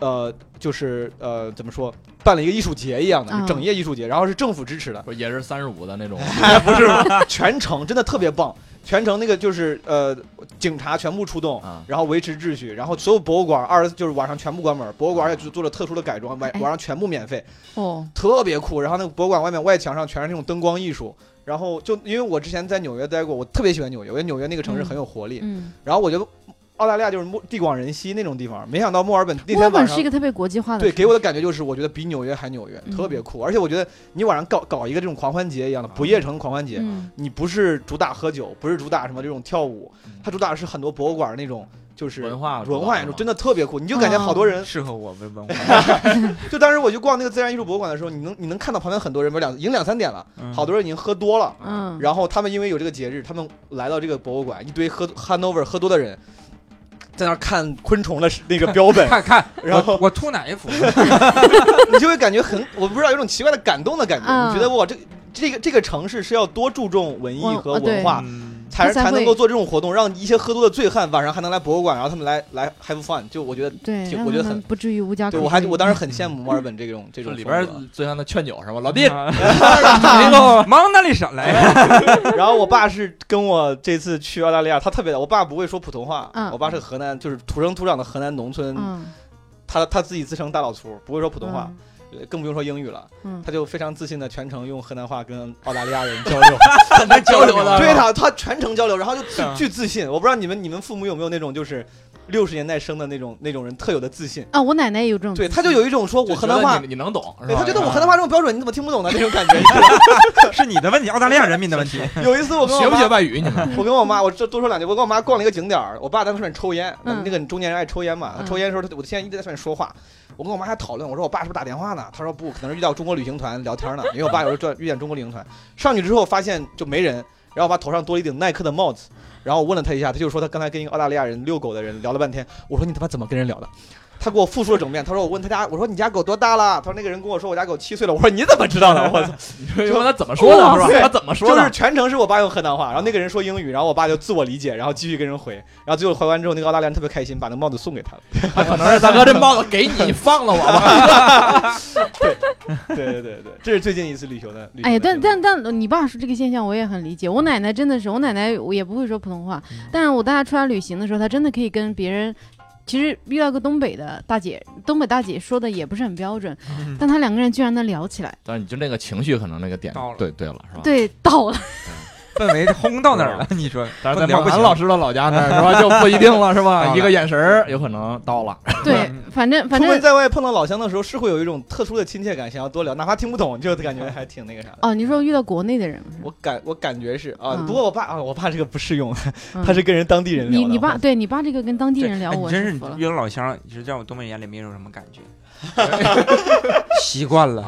S5: 呃，就是呃，怎么说，办了一个艺术节一样的，
S1: 嗯
S5: 就整夜艺术节，然后是政府支持的，
S2: 也是三十五的那
S5: 哎
S2: 种，
S5: 不是全程真的特别棒，全程那个就是呃，警察全部出动
S2: 啊，
S5: 然后维持秩序，然后所有博物馆二十就是晚上全部关门，博物馆也就做了特殊的改装，晚
S1: 哎
S5: 晚上全部免费，
S1: 哦，
S5: 特别酷。然后那个博物馆外面外墙上全是那种灯光艺术。然后就因为我之前在纽约待过，我特别喜欢纽约，因为纽约那个城市很有活力。
S1: 嗯，
S5: 然后我觉得澳大利亚就是墨地广人稀那种地方，没想到墨尔本那
S1: 嗯墨尔
S5: 天晚
S1: 本
S5: 上
S1: 是一个特别国际化的，
S5: 对，给我的感觉就是，我觉得比纽约还纽约，
S1: 嗯啊
S5: 特别酷。而且我觉得你晚上搞搞一个这种狂欢节一样的不夜城狂欢节，
S1: 嗯
S5: 你不是主打喝酒，不是主打什么这种跳舞
S2: 嗯，
S5: 它主打的是很多博物馆那种就是
S2: 文化
S5: 文化演出，真
S2: 的
S5: 的特别酷。你就感觉
S1: 嗯
S5: 好多人，
S3: 适合我们文 化，
S5: 就当时我去逛那个自然艺术博物馆的时候，你能你能看到旁边很多人，比如两已经两三点了，
S3: 嗯
S2: 嗯
S5: 好多人已经喝多了，
S1: 嗯，
S5: 然后他们因为有这个节日，他们来到这个博物馆，一堆喝 Hanover 喝多的人。在那儿看昆虫的那个标 本，
S3: 看看，
S5: 然后
S3: 我我吐嗯哪一 幅？
S5: 你就会感觉很，我不知道有种奇怪的感动的感觉。
S1: 嗯
S5: 你觉得哇，这这个这个城市是要多注重文艺
S1: 文
S5: 和
S1: 啊对
S5: 文化，
S3: 嗯
S5: 才
S1: 它才
S5: 才能
S1: 会
S5: 够做这种活动，让一些喝多的醉汉晚上还能来博物馆，然后他们来来 have fun。就我觉得，
S1: 对，
S5: 挺
S1: 让
S5: 我觉得
S1: 他们
S5: 很
S1: 不至于无家啊可嗯
S5: 对
S1: 归。
S5: 我还我当时很羡慕墨尔本这种这
S2: 这
S5: 种
S2: 里
S5: 风
S2: 边
S5: 格
S2: 最像那劝酒是吧？老弟，
S5: 嗯
S3: 嗯忙那里上 来，
S5: 然后我爸是跟我这次去澳大利亚，他特别的，我爸不会说普通话，
S1: 嗯
S5: 我爸是河南，就是土生土长的河南农村，
S1: 嗯，
S5: 他他自己自称大老粗，不会说普
S1: 普
S5: 通话，，呃更不用说英语了，
S1: 嗯，
S5: 他就非常自信的全程用河南话跟澳大利 亚人交
S2: 哎
S5: 流。
S2: 很难交流 的，
S5: 对，他，他全程交流，然后就巨
S3: 嗯
S5: 巨自信。我不知道你们你们父母有没有那种就是六十年代生的那种那种人特有的自信。
S1: 啊，我奶奶也有这种，
S5: 对，他就有一种说我河南话，
S2: 你你能懂，
S5: 对他觉得
S3: 吧
S5: 我河南话这种标准你怎么听不懂呢那种感 觉。
S3: 是你的问题，澳大利亚人民的问题。
S5: 有一次我跟
S2: 学
S5: 我
S2: 不学
S5: 妈，
S2: 外语你 们？
S5: 我跟我妈，我这多说两句，我跟我妈逛了一个景点儿，我爸在外面抽烟，
S1: 嗯
S5: 那个中年人爱抽烟嘛，他
S1: 嗯
S5: 抽烟的时候，他我现在一直在上面说话，我跟我妈还讨论，我说我爸是不是打电话呢？他说不，可能是遇到中国旅行团聊天呢，因为我爸有时候遇见中国旅行团，上去之后发现就没人，然后我爸头上多了一顶耐克的帽子，然后我问了他一下，他就说他刚才跟一个澳大利亚人遛狗的人聊了半天，我说你他妈怎么跟人聊的？他给我复述了整遍，他说我问他家，我说你家狗多大了？他说那个人跟我说我家狗七岁了，我说你怎么知道的？我操！
S2: 你说他怎么说的是吧？他怎么说
S5: 就是
S2: 的？
S5: 全程是我爸用河南话，然后那个人说英语，然后我爸就自我理解，然后继续跟人回，然后最后回完之后，那个澳大利亚人特别开心，把那帽子送给 他了。
S2: 可能是大哥这帽子给你，放了我吧。
S5: 对对对对，这是最近一次旅游的。旅行的
S1: 哎，但
S5: 经历
S1: 但但你爸说这个现象我也很理解。我奶奶真的是，我奶奶我也不会说普通话，但是我带她出来旅行的时候，她真的可以跟别人。其实遇到个东北的大姐，东北大姐说的也不是很标准，
S3: 嗯
S1: 但她两个人居然能聊起来，
S2: 但是你就那个情绪，可能那个点
S3: 到了
S2: 对对了，是吧？
S1: 对，到了，
S3: 氛围轰到那儿了，你说？
S2: 但是在
S3: 聊
S2: 孟
S3: 不
S2: 涵
S3: 行
S2: 老师的老家那儿是吧，就不一定了是
S3: 到
S2: 吧？
S3: 了
S2: 一个眼神儿有可能到了，
S1: 对，反正反
S5: 出门
S1: 正
S5: 嗯在外碰到老乡的时候，是会有一种特殊的亲切感，想要多聊，哪怕听不懂，就感觉还挺那个啥的。
S1: 哦，你说遇到国内的人，
S5: 我感我感觉是啊，
S1: 嗯
S5: 不过我爸啊，我爸这个不适用，
S1: 嗯
S5: 他是跟人当地人聊的。
S1: 你你爸对你爸这个跟当地人聊，
S3: 哎
S1: 我
S3: 你真是
S1: 服了
S3: 遇。到老乡，你是在我东北眼里没有什么感觉， 啊习惯了，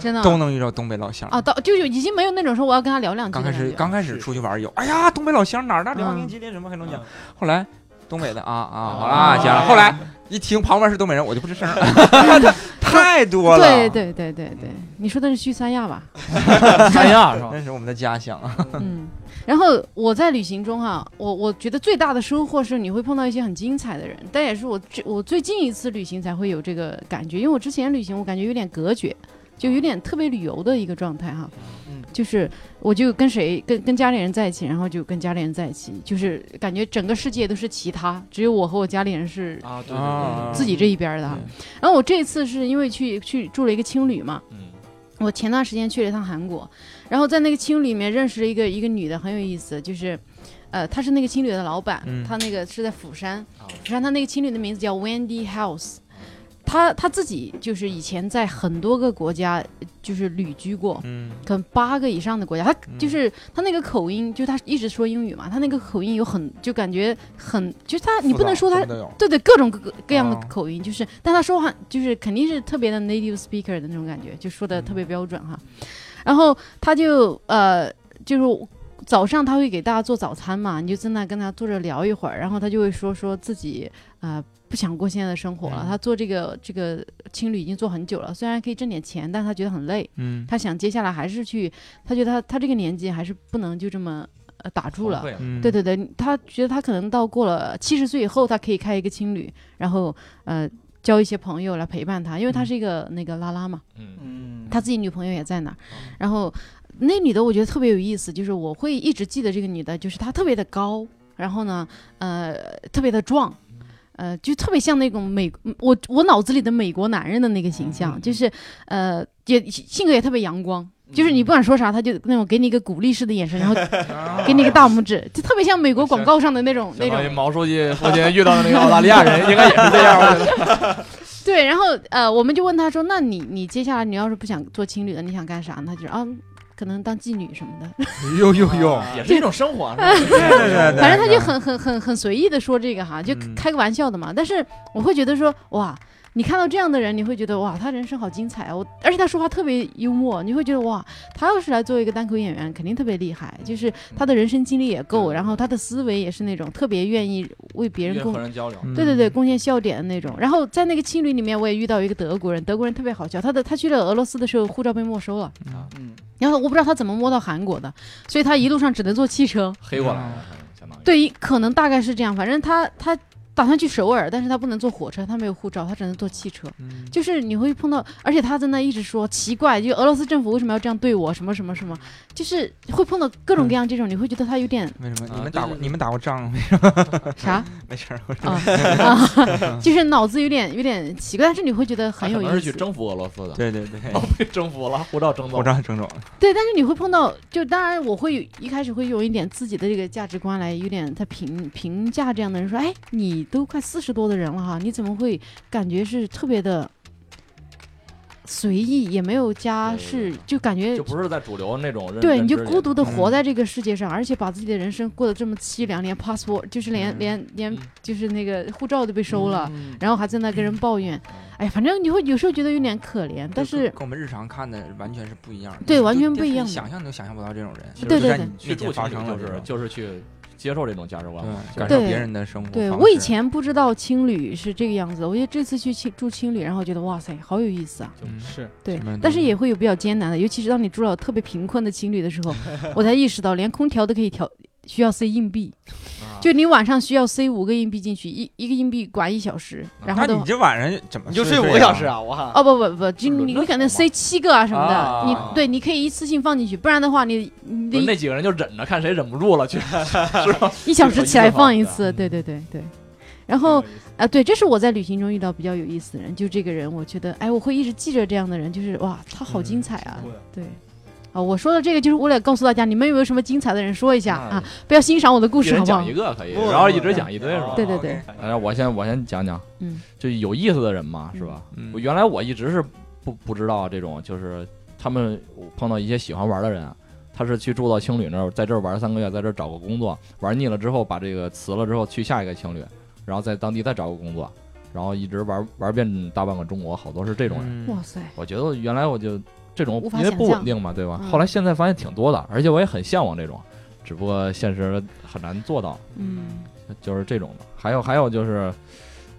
S1: 真 的
S3: 都能遇到东北老乡。
S1: 啊，到就有已经没有那种说我要跟他聊两句
S3: 刚
S1: 的感
S3: 开
S1: 觉
S3: 始
S1: 了。
S3: 刚开始出去玩有，哎呀，东北老乡哪儿的，辽
S1: 嗯
S3: 宁、吉林什么黑龙江，后来。东北的啊啊，好啦，行了。后来一听旁边是东北人，我就不吱 声了，太多了。
S1: 对，对对对对，你说的是去三亚吧？
S2: 三亚是吧？
S3: 那是我们的家乡。啊
S1: 嗯，然后我在旅行中哈、我我觉得最大的收获是你会碰到一些很精彩的人，但也是我最我最近一次旅行才会有这个感觉，因为我之前旅行我感觉有点隔绝，就有点特别旅游的一个状态哈。
S5: 嗯，
S1: 就是我就跟谁跟跟家里人在一起，然后就跟家里人在一起，就是感觉整个世界都是其他，只有我和我家里人是
S2: 啊，对
S3: 啊
S1: 自己
S5: 嗯
S1: 这一边儿的哈。然后我这次是因为去去住了一个青旅嘛，
S2: 嗯
S1: 我前段时间去了一趟韩国，然后在那个青旅里面认识了一个一个女的，很有意思，就是，呃，她是那个青旅的老板，
S3: 嗯哦
S1: 她那个是在釜山，
S2: 啊
S1: 釜山她那个青旅的名字叫 Wendy House，她她自己就是以前在很多个国家呃就是旅居过，
S3: 嗯
S1: 可能八个以上的国家，她
S3: 嗯
S1: 就是她那个口音，就她一直说英语嘛，她那个口音有很就感觉很，就是她你不能说她对对，各种各个各样的
S3: 哦
S1: 口音，就是，但他说话就是肯定是特别的 native speaker 的那种感觉，就说的特别标准哈。然后他就呃，就是早上他会给大家做早餐嘛，你就在那跟他坐着聊一会儿，然后他就会说说自己呃不想过现在的生活了，
S3: 嗯
S1: 他做这个这个青旅已经做很久了，虽然可以挣点钱，但他觉得很累，
S3: 嗯
S1: 他想接下来还是去，他觉得他他这个年纪还是不能就这么呃打住了
S2: 荒。废
S3: 嗯
S1: 对对对，他觉得他可能到过了七十岁以后，他可以开一个青旅，然后呃交一些朋友来陪伴他，因为他
S3: 嗯
S1: 是一个、那个拉拉嘛，
S2: 嗯
S5: 嗯，
S1: 他自己女朋友也在那儿，
S3: 哦
S1: 然后那女的我觉得特别有意思，就是我会一直记得这个女的，就是她特别的高，然后呢呃特别的壮。呃，就特别像那种美，我我脑子里的美国男人的那个形
S3: 嗯
S1: 象，就是，呃，也性格也特别阳光，就是
S3: 嗯
S1: 你不管说啥，他就那种给你一个鼓励式的眼 神，然后
S3: 啊
S1: 给你一个大拇指，就特别像美国广告上的那种那
S2: 相当于
S1: 种。
S2: 毛书记父亲遇到的那个澳大利亚人，应该也是这样，我 觉得。
S1: 对，然后呃，我们就问他说：“那你你接下来你要是不想做情侣了，你想干啥呢？”他就说啊，可能当妓女什么的，
S3: 呦呦呦，
S2: 也是一种生活，是 吧
S3: 对对
S1: 嗯反正他就很很很很随意的说这个哈，就
S3: 嗯
S1: 开个玩笑的嘛。但是我会觉得说哇。你看到这样的人，你会觉得哇，他人生好精彩啊！我而且他说话特别幽默，你会觉得哇，他要是来做一个单口演员，肯定特别厉害。就是他的人生经历也够，然后他的思维也是那种特别愿意为别人
S2: 愿意
S1: 贡
S2: 和人交
S3: 嗯
S2: 流。
S1: 对对对，贡献笑点的那种。然后在那个青旅里面，我也遇到一个德国人，德国人特别好笑。他的他去了俄罗斯的时候，护照被没收了，
S5: 嗯，
S1: 然后我不知道他怎么摸到韩国的，所以他一路上只能坐汽车。
S2: 黑过来了，相当于。
S1: 嗯对，可能大概是这样。反正他他打算去首尔，但是他不能坐火车，他没有护照，他只能坐汽车。
S3: 嗯
S1: 就是你会碰到，而且他在那一直说奇怪，就俄罗斯政府为什么要这样对我，什么什么什么，就是会碰到各种各样这种，你会觉得他有点
S3: 为什么
S2: 啊
S3: 你
S2: 对
S3: 们打过
S2: 对对
S3: 你们打过仗吗？
S1: 啥
S3: 没事儿，我
S1: 啊啊，就是脑子有点有点奇怪，但是你会觉得很有
S2: 可
S1: 意
S2: 能
S1: 思。
S2: 是去征服俄罗斯的，
S3: 对对对，
S2: 哦，被 征服了，护照征走
S3: 我。让郑总，
S1: 对，但是你会碰到，就当然我会有一开始会用一点自己的这个价值观来，有点在评评价这样的人，说，哎，你都快四十多的人了哈，你怎么会感觉是特别的随意，也没有家
S2: 对对
S1: 世
S2: 对，
S1: 就感觉
S2: 就不是在主流那种认
S1: 对，你就孤独的
S3: 嗯
S1: 活在这个世界上，而且把自己的人生过得这么凄凉，连 passport 就是连、
S3: 嗯
S1: 连连
S2: 嗯
S1: 就是那个护照都被收了，
S5: 嗯
S1: 然后还在那跟人抱怨，
S2: 嗯
S1: 哎呀，反正你会有时候觉得有点可怜，但是
S3: 跟我们日常看的完全是不一样的，
S1: 对
S3: 就
S1: 完全
S3: 就
S1: 不一
S3: 你
S1: 样的
S3: 想象都想象不到这种人，
S1: 对对
S3: 就在
S1: 对
S3: 你
S2: 去
S3: 面
S2: 住
S3: 前
S2: 去
S3: 发生了
S2: 就
S3: 这
S2: 是
S3: 种
S2: 就是去接受这种价值观，就
S3: 对
S2: 是
S3: 感受
S1: 对
S3: 别人的生活方
S1: 对
S3: 式，
S1: 我以前不知道青旅是这个样子，我觉得这次去青住青旅，然后觉得哇塞，好有意思啊！
S3: 嗯
S4: 是
S1: 对
S3: 什么，
S1: 但是
S3: 都
S1: 也会有比较艰难的，尤其是当你住到特别贫困的青旅的时候，我才意识到连空调都可以调，需要塞硬币，
S2: 啊
S1: 就你晚上需要塞五个硬币进去，一一个硬币管一小时，然后
S3: 啊那
S1: 都
S3: 你。这晚上怎么
S5: 你就
S3: 睡
S5: 睡五个小时？啊，我哈，
S1: 哦不不不，就
S2: 轮
S1: 你
S2: 着
S1: 你可能
S2: 抽嘛
S1: 塞七个啊什么的，你
S2: 啊
S1: 对你可以一次性放进去，不然的话你你
S2: 就
S1: 得
S2: 那几个人就忍着，看谁忍不住 了，去 是吧？
S1: 一小时起来放一
S2: 这
S1: 次，对对对对。然后啊，对，这是我在旅行中遇到比较有意思的人，就这个人，我觉得，哎，我会一直记着这样的人，就是哇，他好
S2: 嗯
S1: 精彩啊，对。啊，我说的这个就是为了告诉大家，你们有没有什么精彩的人说一下啊？不要欣赏我的故
S2: 一
S1: 事，好
S2: 人
S1: 不好
S2: 讲一？个可以，
S5: 不
S2: 然后一直讲一堆是吧？
S1: 对对对，
S2: 哎，我先我先讲讲，
S1: 嗯，
S2: 就有意思的人嘛，是吧？
S3: 嗯
S2: 我原来我一直是不不知道这种，就是他们碰到一些喜欢玩的人啊，他是去住到青旅那儿，在这儿玩三个月，在这儿找个工作，玩腻了之后把这个辞了之后去下一个青旅，然后在当地再找个工作，然后一直玩玩遍大半个中国，好多是这种人。
S3: 人
S1: 哇塞，
S2: 我觉得原来我就这种
S1: 无法
S2: 因为
S1: 想
S2: 不
S1: 象
S2: 稳定嘛，对吧？
S1: 嗯
S2: 后来现在发现挺多的，而且我也很向往这种，只不过现实很难做到。
S1: 嗯
S2: 就是这种的。还有还有就是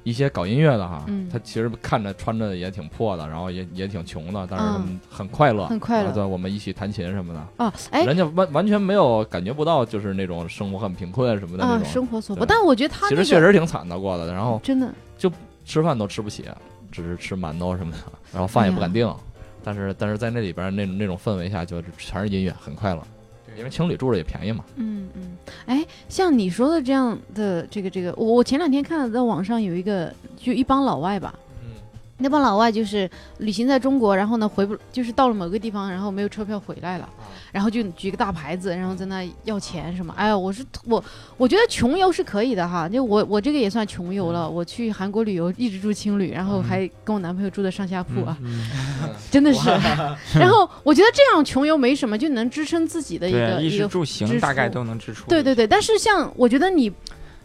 S2: 一些搞音乐的哈，
S1: 嗯
S2: 他其实看着穿着也挺破的，然后也也挺穷的，但是
S1: 嗯
S2: 他们很快乐，啊
S1: 很快乐
S2: 然后在我们一起弹琴什么的，
S1: 啊，哎
S2: 人家完完全没有感觉不到就是那种生活很贫困什么的那
S1: 啊，
S2: 种，
S1: 生活所迫，
S2: 对
S1: 但我觉得他
S2: 其
S1: 那
S2: 实确
S1: 个
S2: 实挺惨的过的，然后
S1: 真的， 哎
S2: 吃饭都吃不起，只是吃馒头什么的，然后饭也不敢订。但是但是在那里边儿那那种氛围下，就是全是音乐，很快乐。
S3: 对
S2: 因为情侣住着也便宜嘛，
S1: 嗯嗯，哎，像你说的这样的这个这个，我我前两天看了，在网上有一个，就一帮老外吧，
S3: 嗯，
S1: 那帮老外就是旅行在中国，然后呢回不就是到了某个地方，然后没有车票回来了，然后就举个大牌子，然后在那要钱什么。哎呀，我是我，我觉得穷游是可以的哈，就我我这个也算穷游了。我去韩国旅游一直住青旅，然后还跟我男朋友住的上下铺啊，
S3: 嗯
S1: 真的是。然后我觉得这样穷游没什么，就能支撑自己的一个
S6: 对，衣
S1: 一
S6: 食
S1: 个
S6: 住
S1: 支
S6: 行大概
S1: 出
S6: 都能支出。
S1: 对对对，但是像我觉得你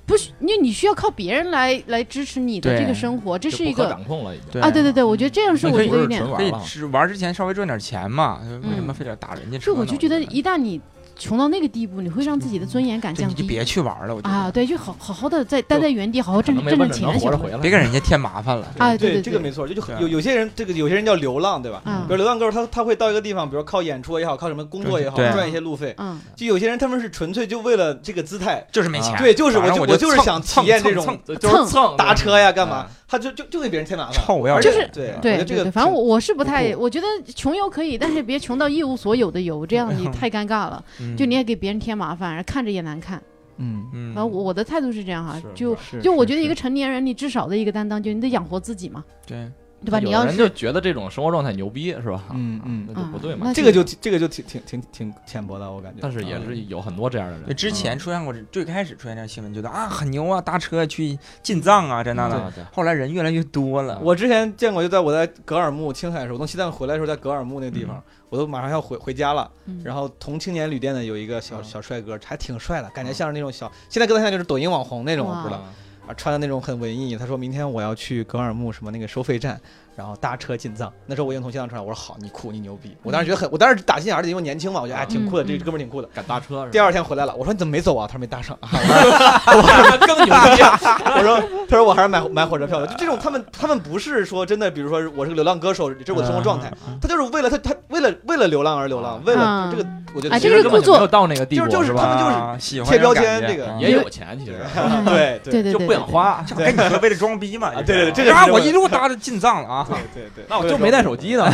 S1: 不需，因为你需要靠别人来来支持你的
S6: 对
S1: 这个生活，这
S2: 就是不嗯
S1: 一
S2: 可
S1: 个
S2: 掌控了已经。
S6: 对
S1: 啊，对对对，我觉得这样是
S2: 那
S1: 我
S2: 就
S1: 觉
S2: 不
S1: 得有
S2: 是
S1: 点
S2: 纯，
S6: 可
S2: 玩
S6: 以
S2: 了。
S6: 吃玩之前稍微赚点钱嘛，为什么非得打人家车
S1: 是
S6: 呢？
S1: 我就觉得
S6: 一
S1: 一旦你穷到那个地步，你会让自己的尊严感
S6: 这
S1: 降
S6: 你就
S1: 低
S6: 别去玩了，我觉
S1: 啊，
S6: 得
S1: 对，就好好好的在待在原地，好好
S2: 可
S1: 挣
S2: 能
S1: 挣
S2: 没
S1: 挣
S2: 办法，
S1: 钱
S2: 能
S1: 就
S2: 活着
S1: 行
S2: 回来。
S6: 别给人家添麻烦了。
S1: 啊，对
S5: 这
S1: 对，
S5: 个没错，这就
S6: 对
S5: 很
S6: 啊
S5: 有有些人，这个有些人叫流浪，对吧？
S1: 嗯
S5: 比如流浪歌手，他他会到一个地方，比如靠演出也好，靠什么工作也好，
S6: 对
S5: 赚一些路费。
S1: 嗯，
S5: 就有些人他们是纯粹就为了这个姿态，
S6: 就是没钱，
S5: 对，就是我
S6: 反
S5: 就
S6: 正我
S5: 我就是
S6: 蹭
S5: 想
S6: 蹭
S5: 体验
S6: 蹭
S5: 这种
S6: 蹭
S2: 就是蹭
S5: 搭车呀，干嘛
S6: 嗯？
S5: 他就就就给别人添麻烦。
S6: 臭我要
S1: 就
S6: 脸
S1: 是
S5: 对啊嗯我觉
S1: 对
S5: 得
S1: 对
S5: 这个
S1: 对，反正
S5: 挺
S1: 我我是不
S5: 不
S1: 太，
S5: 酷
S1: 我觉得穷游可以，但是别穷到一无所有的游，这样你太尴尬了，
S6: 嗯
S1: 就你也给别人添麻烦，然后看着也难看。
S6: 嗯嗯
S1: 然后我的态度是这样哈，
S2: 是
S1: 就是就我
S6: 是
S1: 觉得一个成年人，你至少的一个担当，就你得养活自己嘛，
S6: 对
S1: 对吧？
S2: 有
S1: 你
S2: 的
S1: 要
S2: 人
S1: 是
S2: 就觉得这种生活状态牛逼是吧？啊
S6: 嗯嗯
S2: 那就不对
S1: 嗯
S2: 嘛
S1: 那。
S5: 这个就这个就挺挺挺挺浅薄的，我感觉。
S2: 但是也是有很多这样的人
S6: 对，，之前出现过最开始出现这样新闻，觉得啊很牛啊，搭车去进藏啊，这那的。
S2: 对
S6: 后来人越来越多了，
S5: 我之前见过，就在我在格尔木青海的时候，我从西藏回来的时候，在格尔木那个地方，
S6: 嗯
S5: 我都马上要回回家了。
S1: 嗯
S5: 然后同青年旅店的有一个小
S6: 嗯
S5: 小帅哥，还挺帅的，感觉
S6: 嗯
S5: 像是那种小，现在跟他像就是抖音网红那种，我不知道
S2: 啊
S5: 啊，穿的那种很文艺。他说明天我要去格尔木什么那个收费站，然后搭车进藏。那时候我已经从西藏出来，我说好，你酷，你牛逼。我当时觉得很，我当时打心眼儿里因为年轻嘛，我觉得哎挺酷的，
S1: 嗯
S5: 这
S1: 嗯
S5: 哥们儿挺酷的。
S2: 敢搭车是吧，
S5: 第二天回来了，我说你怎么没走啊？他说没搭上 啊。
S2: 更牛逼。
S5: 我说，他说我还是买买火车票的。就这种，他们他们不是说真的，比如说我是个流浪歌手，这是我的生活状态，
S3: 嗯
S6: 嗯
S5: 他就是为了他他为了为了流浪而流浪，为了
S1: 嗯
S5: 就这个，我觉
S1: 啊
S5: 得
S1: 这
S5: 其
S1: 个
S5: 实
S1: 是
S2: 根
S1: 故
S2: 本就没
S1: 作
S2: 有到那个地
S5: 就是
S2: 步，
S5: 就是他
S2: 吧？
S5: 们就是
S6: 啊喜欢
S5: 贴标
S6: 这种
S5: 签
S6: 感觉
S5: 这个
S6: 啊
S2: 也有钱，其实
S1: 嗯
S5: 对对
S1: 对对
S2: 就
S1: 对
S2: 不想
S1: 对
S2: 花，
S6: 就跟你说为了装逼嘛，
S5: 啊对对对这个
S6: 啊
S5: 是
S6: 我一路搭着进藏了啊，
S5: 对对，
S2: 那我就没带手 机呢。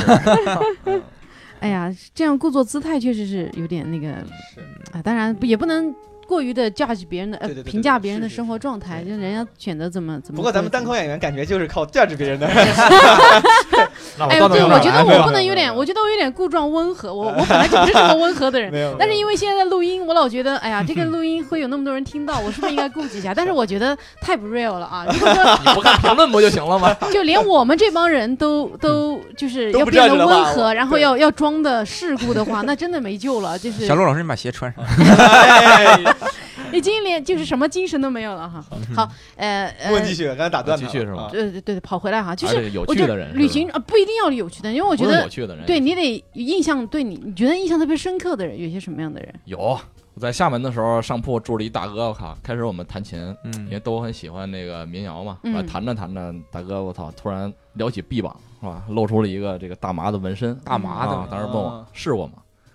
S1: 哎呀，这样故作姿态确实是有点那个
S5: 是
S1: 啊，当然不也不能过于的 judge 别人的，呃
S5: 对对对对
S1: 评价
S5: 对
S1: 别人
S5: 是
S1: 的
S5: 是
S1: 生活状态，就人家选择怎么怎么。
S5: 不过咱们单口。演员感觉就是靠价值别人的，
S2: 那
S1: 哎，
S2: 到
S1: 对，
S2: 那
S1: 我
S5: 啊
S1: 觉得
S2: 没有
S1: 我不能有点，我觉得我有点故状温和， 我我本来就不是这么温和的人。
S5: 没有
S1: 但是因为现在在录音，我老觉得，哎呀，这 个录音会有那么多人听到，我是不是应该顾及一下？但是我觉得太不 real 了啊！如果说
S2: 你不看评论不就行了吗？
S1: 就连我们这帮人都都就是
S5: 都
S1: 要
S5: 不
S1: 变得
S5: 站着了
S1: 温
S5: 吧
S1: 和，
S5: 我
S1: 然后要要装的世故的话，那真的没救了，
S5: 嗯
S1: 就是
S6: 小陆老师，你把鞋穿上。
S1: 已经连就是什么精神都没有了哈。好，呃呃，
S5: 问继续，刚才打断
S2: 继续是吗
S1: 对对对，跑回来哈， 就
S2: 还
S1: 是
S2: 是有
S1: 我
S2: 趣
S1: 觉
S2: 的
S1: 得
S2: 人，
S1: 旅行啊，不一定要有趣的，因为我
S2: 我
S1: 觉
S2: 有
S1: 得
S2: 趣的人，
S1: 对你得印象对你，你觉得印象特别深刻的人，有些什么样的人？
S2: 有。我在厦门的时候，上铺住了一大哥，我靠！开始我们弹琴，因为
S6: 嗯，
S2: 都很喜欢那个民谣嘛，
S1: 嗯
S2: 完弹着弹着，大哥我操，突然撩起臂膀是吧，露出了一个这个大麻的纹身，
S6: 大麻
S2: 啊
S6: 的，
S2: 当时问我
S5: 啊
S2: 是我吗？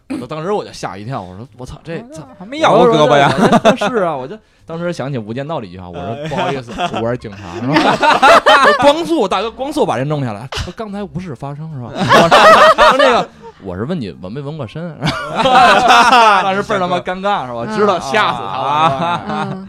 S2: 我说当时我就吓一跳，我说我操，这操
S6: 还没咬过胳膊呀？
S2: 我说 是啊，我就当时想起《无间道》里一句话，我
S6: 哎
S2: 说不 好意思，我是警察，是吧？光速大哥光速把人弄 下来，说刚才无事发生是吧？ 我说说那个我是问你纹没纹过身，然后 当时倍儿他妈尴尬是吧？知
S6: 啊
S2: 道吓死他了。啊
S1: 嗯，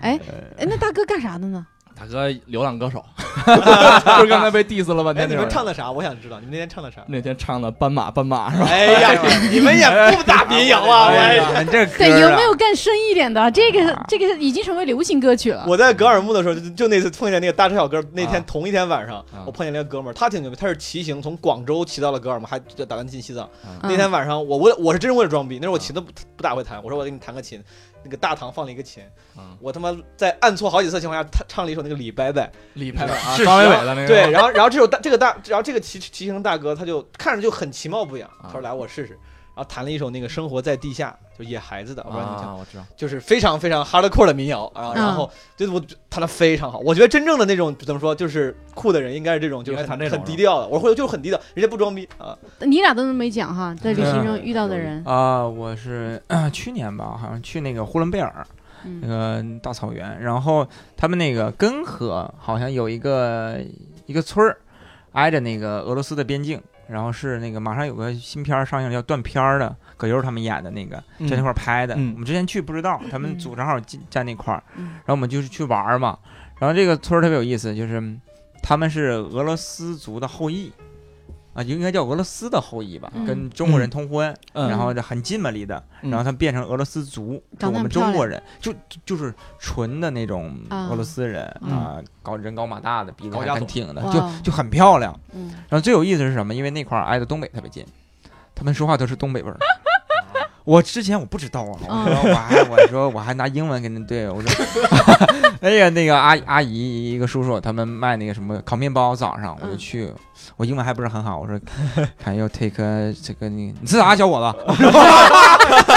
S1: 哎哎，那大哥干啥的呢？
S2: 大哥流浪歌手， 就是刚才被 diss 了半
S5: 啊哎，
S2: 天
S5: 你
S2: 那种
S5: 们
S2: 人。
S5: 唱的啥？我想知道你们那天唱的啥？
S2: 那天唱的《斑马斑马》是吧？
S5: 哎呀，你们也不打民谣啊！
S6: 哎
S5: 我
S6: 呀，你这歌
S1: 对，有没
S6: 啊
S1: 有更深一点的？这个这个已经成为流行歌曲了。
S5: 我在格尔木的时候，就就那次碰见那个大车小哥，那天
S2: 啊
S5: 同一天晚上
S2: 啊，
S5: 我碰见那个哥们儿，他挺牛逼，他是骑行从广州骑到了格尔木，还就打算进西藏。
S1: 嗯
S5: 那天晚上，我我我是真为了装逼，那时
S2: 啊
S5: 候我琴都不不大会弹，我说我给你弹个琴，那个大堂放了一个琴
S2: 嗯，
S5: 我他妈在按错好几次的情况下，他唱了一首那个李白白，
S2: 李白啊，
S5: 是
S2: 张伟伟的那个。
S5: 对，，然后然后这首大这个大，然后这个骑骑行大哥他就看着就很其貌不扬，
S2: 啊
S5: 他说来我试试。然后弹了一首那个《生活在地下》，就野孩子的，我不知道你听
S2: 啊，我知道。
S5: 就是非常非常 hardcore 的民谣啊，
S1: 嗯
S5: 然后就是我弹的非常好，我觉得真正的那种怎么说，就是酷的人应该是这种，就是
S2: 应该弹这
S5: 很
S2: 种
S5: 很低调的，我会就是很低调，人家不装逼啊，
S1: 嗯你俩都没讲哈，在旅行中遇到的人，
S6: 啊，我 是啊去年吧，好像去那个呼伦贝尔那
S1: 嗯
S6: 个大草原，然后他们那个根河好像有一个一个村儿，挨着那个俄罗斯的边境，
S3: 然后是那个马上有个新片儿上映了叫《断片儿》的，葛优他们演的那个，在那块儿拍的。
S5: 嗯
S3: 我们之前去不知道，他们组正好进在那块儿，
S1: 嗯
S3: 然后我们就是去玩儿嘛。然后这个村儿特别有意思，就是他们是俄罗斯族的后裔，啊，应该叫俄罗斯的后裔吧，
S1: 嗯
S3: 跟中国人通婚，
S5: 嗯
S3: 然后就很近嘛离的，
S5: 嗯
S3: 然后他变成俄罗斯族，就
S1: 长得很
S3: 我们
S1: 漂
S3: 中国
S1: 亮
S3: 人，就就就是纯的那种
S1: 啊
S3: 俄罗斯人
S1: 嗯
S3: 啊，高人高马大的，鼻子
S2: 高
S3: 还
S2: 加
S3: 很
S2: 索
S3: 挺的，
S1: 哇
S3: 就就很漂亮。
S1: 嗯，
S3: 然后最有意思是什么？因为那块儿挨着东北特别近，他们说话都是东北味儿。我之前我不知道啊，我说我还我说我还拿英文跟人对，我说 那个那个阿阿姨一个叔叔他们卖那个什么烤面包，早上我就
S1: 嗯
S3: 去，我英文还不是很好，我说还要 take a- 这个你你是啥小伙子？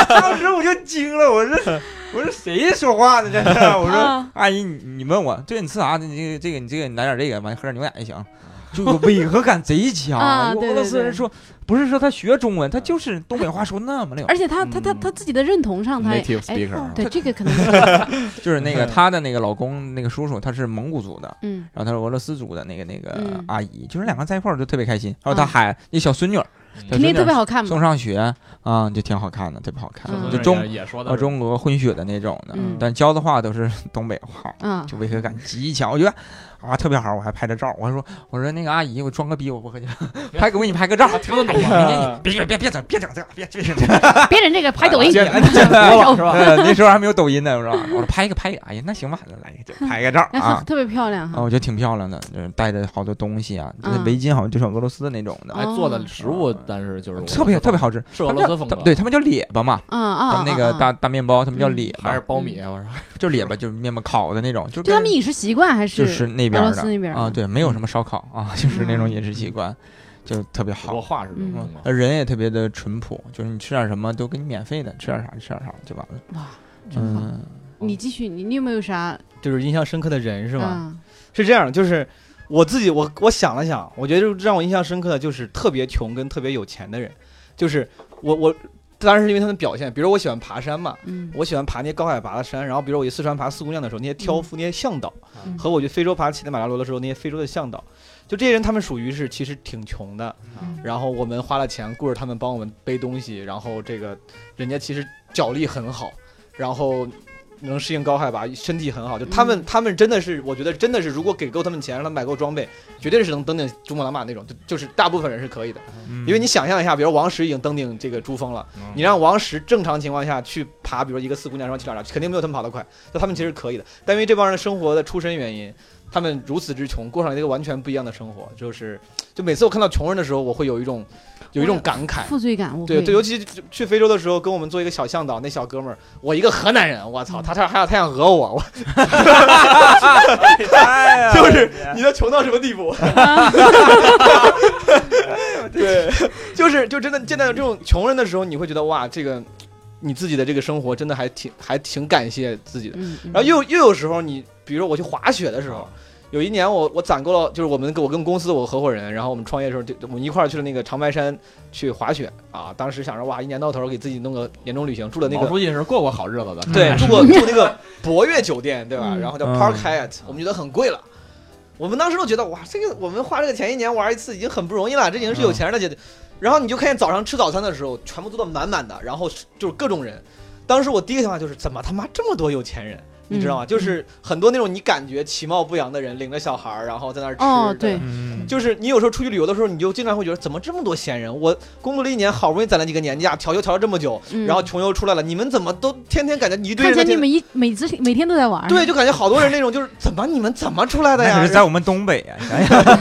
S3: 当时我就惊了，我说我说谁说话呢？这是我说
S1: 啊
S3: 阿姨，你你问我，对你吃啥？你这个这个你这个你来点这个，完了喝点牛奶就行。就有违和感贼强。
S1: 啊
S3: 有
S1: 对
S3: 俄罗
S1: 对
S3: 斯人
S1: 对
S3: 说，不是说他学中文，他就是东北话说那么溜儿，
S1: 而且他
S5: 嗯
S1: 他他他自己的认同上，他也
S2: native
S1: 哎，
S2: speaker，
S1: 对这个可能 是，
S3: 就是那个她的那个老公那个叔叔，他是蒙古族的，
S1: 嗯
S3: 然后他是俄罗斯族的那个那个
S1: 嗯
S3: 阿姨，就是两个在一块儿就特别开心。还有他
S1: 啊
S3: 孩那小孙女儿
S2: 嗯，
S1: 肯
S3: 小
S1: 定
S3: 孙女
S1: 特别
S3: 儿
S1: 好看嘛
S3: 送，上学啊，就挺好看的，特别好看
S1: 嗯，
S3: 就中
S2: 也说
S3: 呃
S2: 的
S3: 中俄混血的那种的
S1: 嗯，
S3: 但教的话都是东北话。
S1: 嗯，
S3: 就违和感极强，我觉得啊特别好，我还拍了照，我还说我说那个阿姨，我装个逼，我不喝酒，拍个我给你拍个照，
S2: 啊
S3: 听得懂吗？别别别别整别整这个，别别 整这个，
S1: 别人这个拍抖
S5: 啊
S1: 音，
S3: 见
S1: 哎
S3: 见
S1: 呦
S3: 是吧？ 那时候还没有抖音呢，我说我说拍一个拍一个，哎呀那行吧，来一个就拍个照
S1: 哎
S3: 啊
S1: 很。特别漂亮
S3: 啊，
S5: 哦
S1: 哈，
S3: 我觉得挺漂亮的，就是带着好多东西啊，就是
S1: 嗯
S3: 围巾好像就是俄罗斯的那种的，
S2: 哎做的食物，但是就是
S3: 特别特别，好吃。
S2: 是
S3: 他
S2: 俄
S3: 们
S2: 罗
S3: 叫
S2: 斯风
S3: 他
S2: 格，
S3: 对他们叫 列巴嘛，
S1: 嗯啊，
S3: 他们那个
S1: 啊
S3: 大，大面包，他们叫
S1: 嗯
S3: 列
S2: 还
S3: 巴
S2: 是，苞米，啊我说
S3: 就列巴就是面包烤的那种，就
S1: 就他
S3: 跟
S1: 们饮食习惯还
S3: 就是是那边
S1: 俄罗
S3: 儿
S1: 斯那边
S3: 的啊，
S1: 的
S3: 对，没有什么烧烤啊，就是那种
S1: 嗯
S3: 饮食习惯，就特别
S2: 好多
S3: 好。
S2: 话是这种风
S3: 嗯
S2: 格，
S3: 呃人也特别的淳朴，就是你吃点什么都给你免费的，吃点啥吃点啥就完了。
S1: 哇，真好。
S3: 嗯，
S1: 你继续，你你有没有啥啊
S5: 就是印象深刻的人是
S1: 是
S5: 吗？？是这样的，就是我自己，我我想了想，我觉得就是让我印象深刻的就是特别穷跟特别有钱的人，就是我我当然是因为他们表现，比如我喜欢爬山嘛，
S1: 嗯
S5: 我喜欢爬那些高海拔的山，然后比如我去四川爬四姑娘的时候，那些挑夫、那些向导，
S1: 嗯
S5: 和我去非洲爬乞力马扎罗的时候，那些非洲的向导，就这些人他们属于是其实挺穷的，
S1: 嗯
S5: 然后我们花了钱雇着他们帮我们背东西，然后这个人家其实脚力很好，然后能适应高海拔，身体很好，就他们、
S1: 嗯
S5: 他们真的是，我觉得真的是，如果给够他们钱，让他们买够装备，绝对是能登顶珠穆朗玛那种，就就是大部分人是可以的，
S3: 嗯
S5: 因为你想象一下，比如王石已经登顶这个珠峰了。你让王石正常情况下去爬，比如一个四姑娘，然后去哪儿哪儿，肯定没有他们跑得快。那他们其实可以的，但因为这帮人生活的出身原因，他们如此之穷，过上了一个完全不一样的生活。就是，就每次我看到穷人的时候，我会有一种有一种感慨。
S1: 负罪感，我
S5: 对
S1: 会
S5: 对，尤其去去非洲的时候，跟我们做一个小向导，那小哥们儿，我一个河南人，我操，他他还要他想讹我，我就是你都穷到什么地步？ 对，就是就真的见到这种穷人的时候，你会觉得哇，这个你自己的这个生活真的还挺还挺感谢自己的。
S1: 嗯，嗯
S5: 然后又又有时候你，比如说我去滑雪的时候，有一年我我攒够了，就是我们跟我跟公司我合伙人，然后我们创业的时候，就我们一块儿去了那个长白山去滑雪啊。当时想着哇，一年到头给自己弄个年终旅行，住的那
S2: 毛
S5: 个
S2: 书记是过过好日子的，
S5: 对，
S3: 嗯
S5: 住过住那个博悦酒店，对吧？
S1: 嗯
S5: 然后叫
S3: 嗯
S5: Park Hyatt，我们觉得很贵了。我们当时都觉得哇，这个我们花这个钱一年玩一次已经很不容易了，这已经是有钱人的阶
S1: 嗯
S5: 段。然后你就看见早上吃早餐的时候，全部坐的满满的，然后是就是各种人。当时我第一个想法就是，怎么他妈这么多有钱人？你知道吗？
S1: 嗯
S5: 就是很多那种你感觉其貌不扬的人，领着小孩儿，然后在那儿吃。
S1: 哦对
S3: 嗯，
S5: 就是你有时候出去旅游的时候，你就经常会觉得怎么这么多闲人？我工作了一年，好不容易攒了几个年假，调休调了这么久，
S1: 嗯
S5: 然后穷游出来了，你们怎么都天天感觉你一堆
S1: 看
S5: 人
S1: 起来
S5: 在
S1: 你
S5: 天
S1: 们一每次每天都在玩儿，
S5: 对，就感觉好多人那种就是怎么你们怎么出来的
S3: 嗯 那
S5: 呀？
S3: 可是在我们东北啊，想想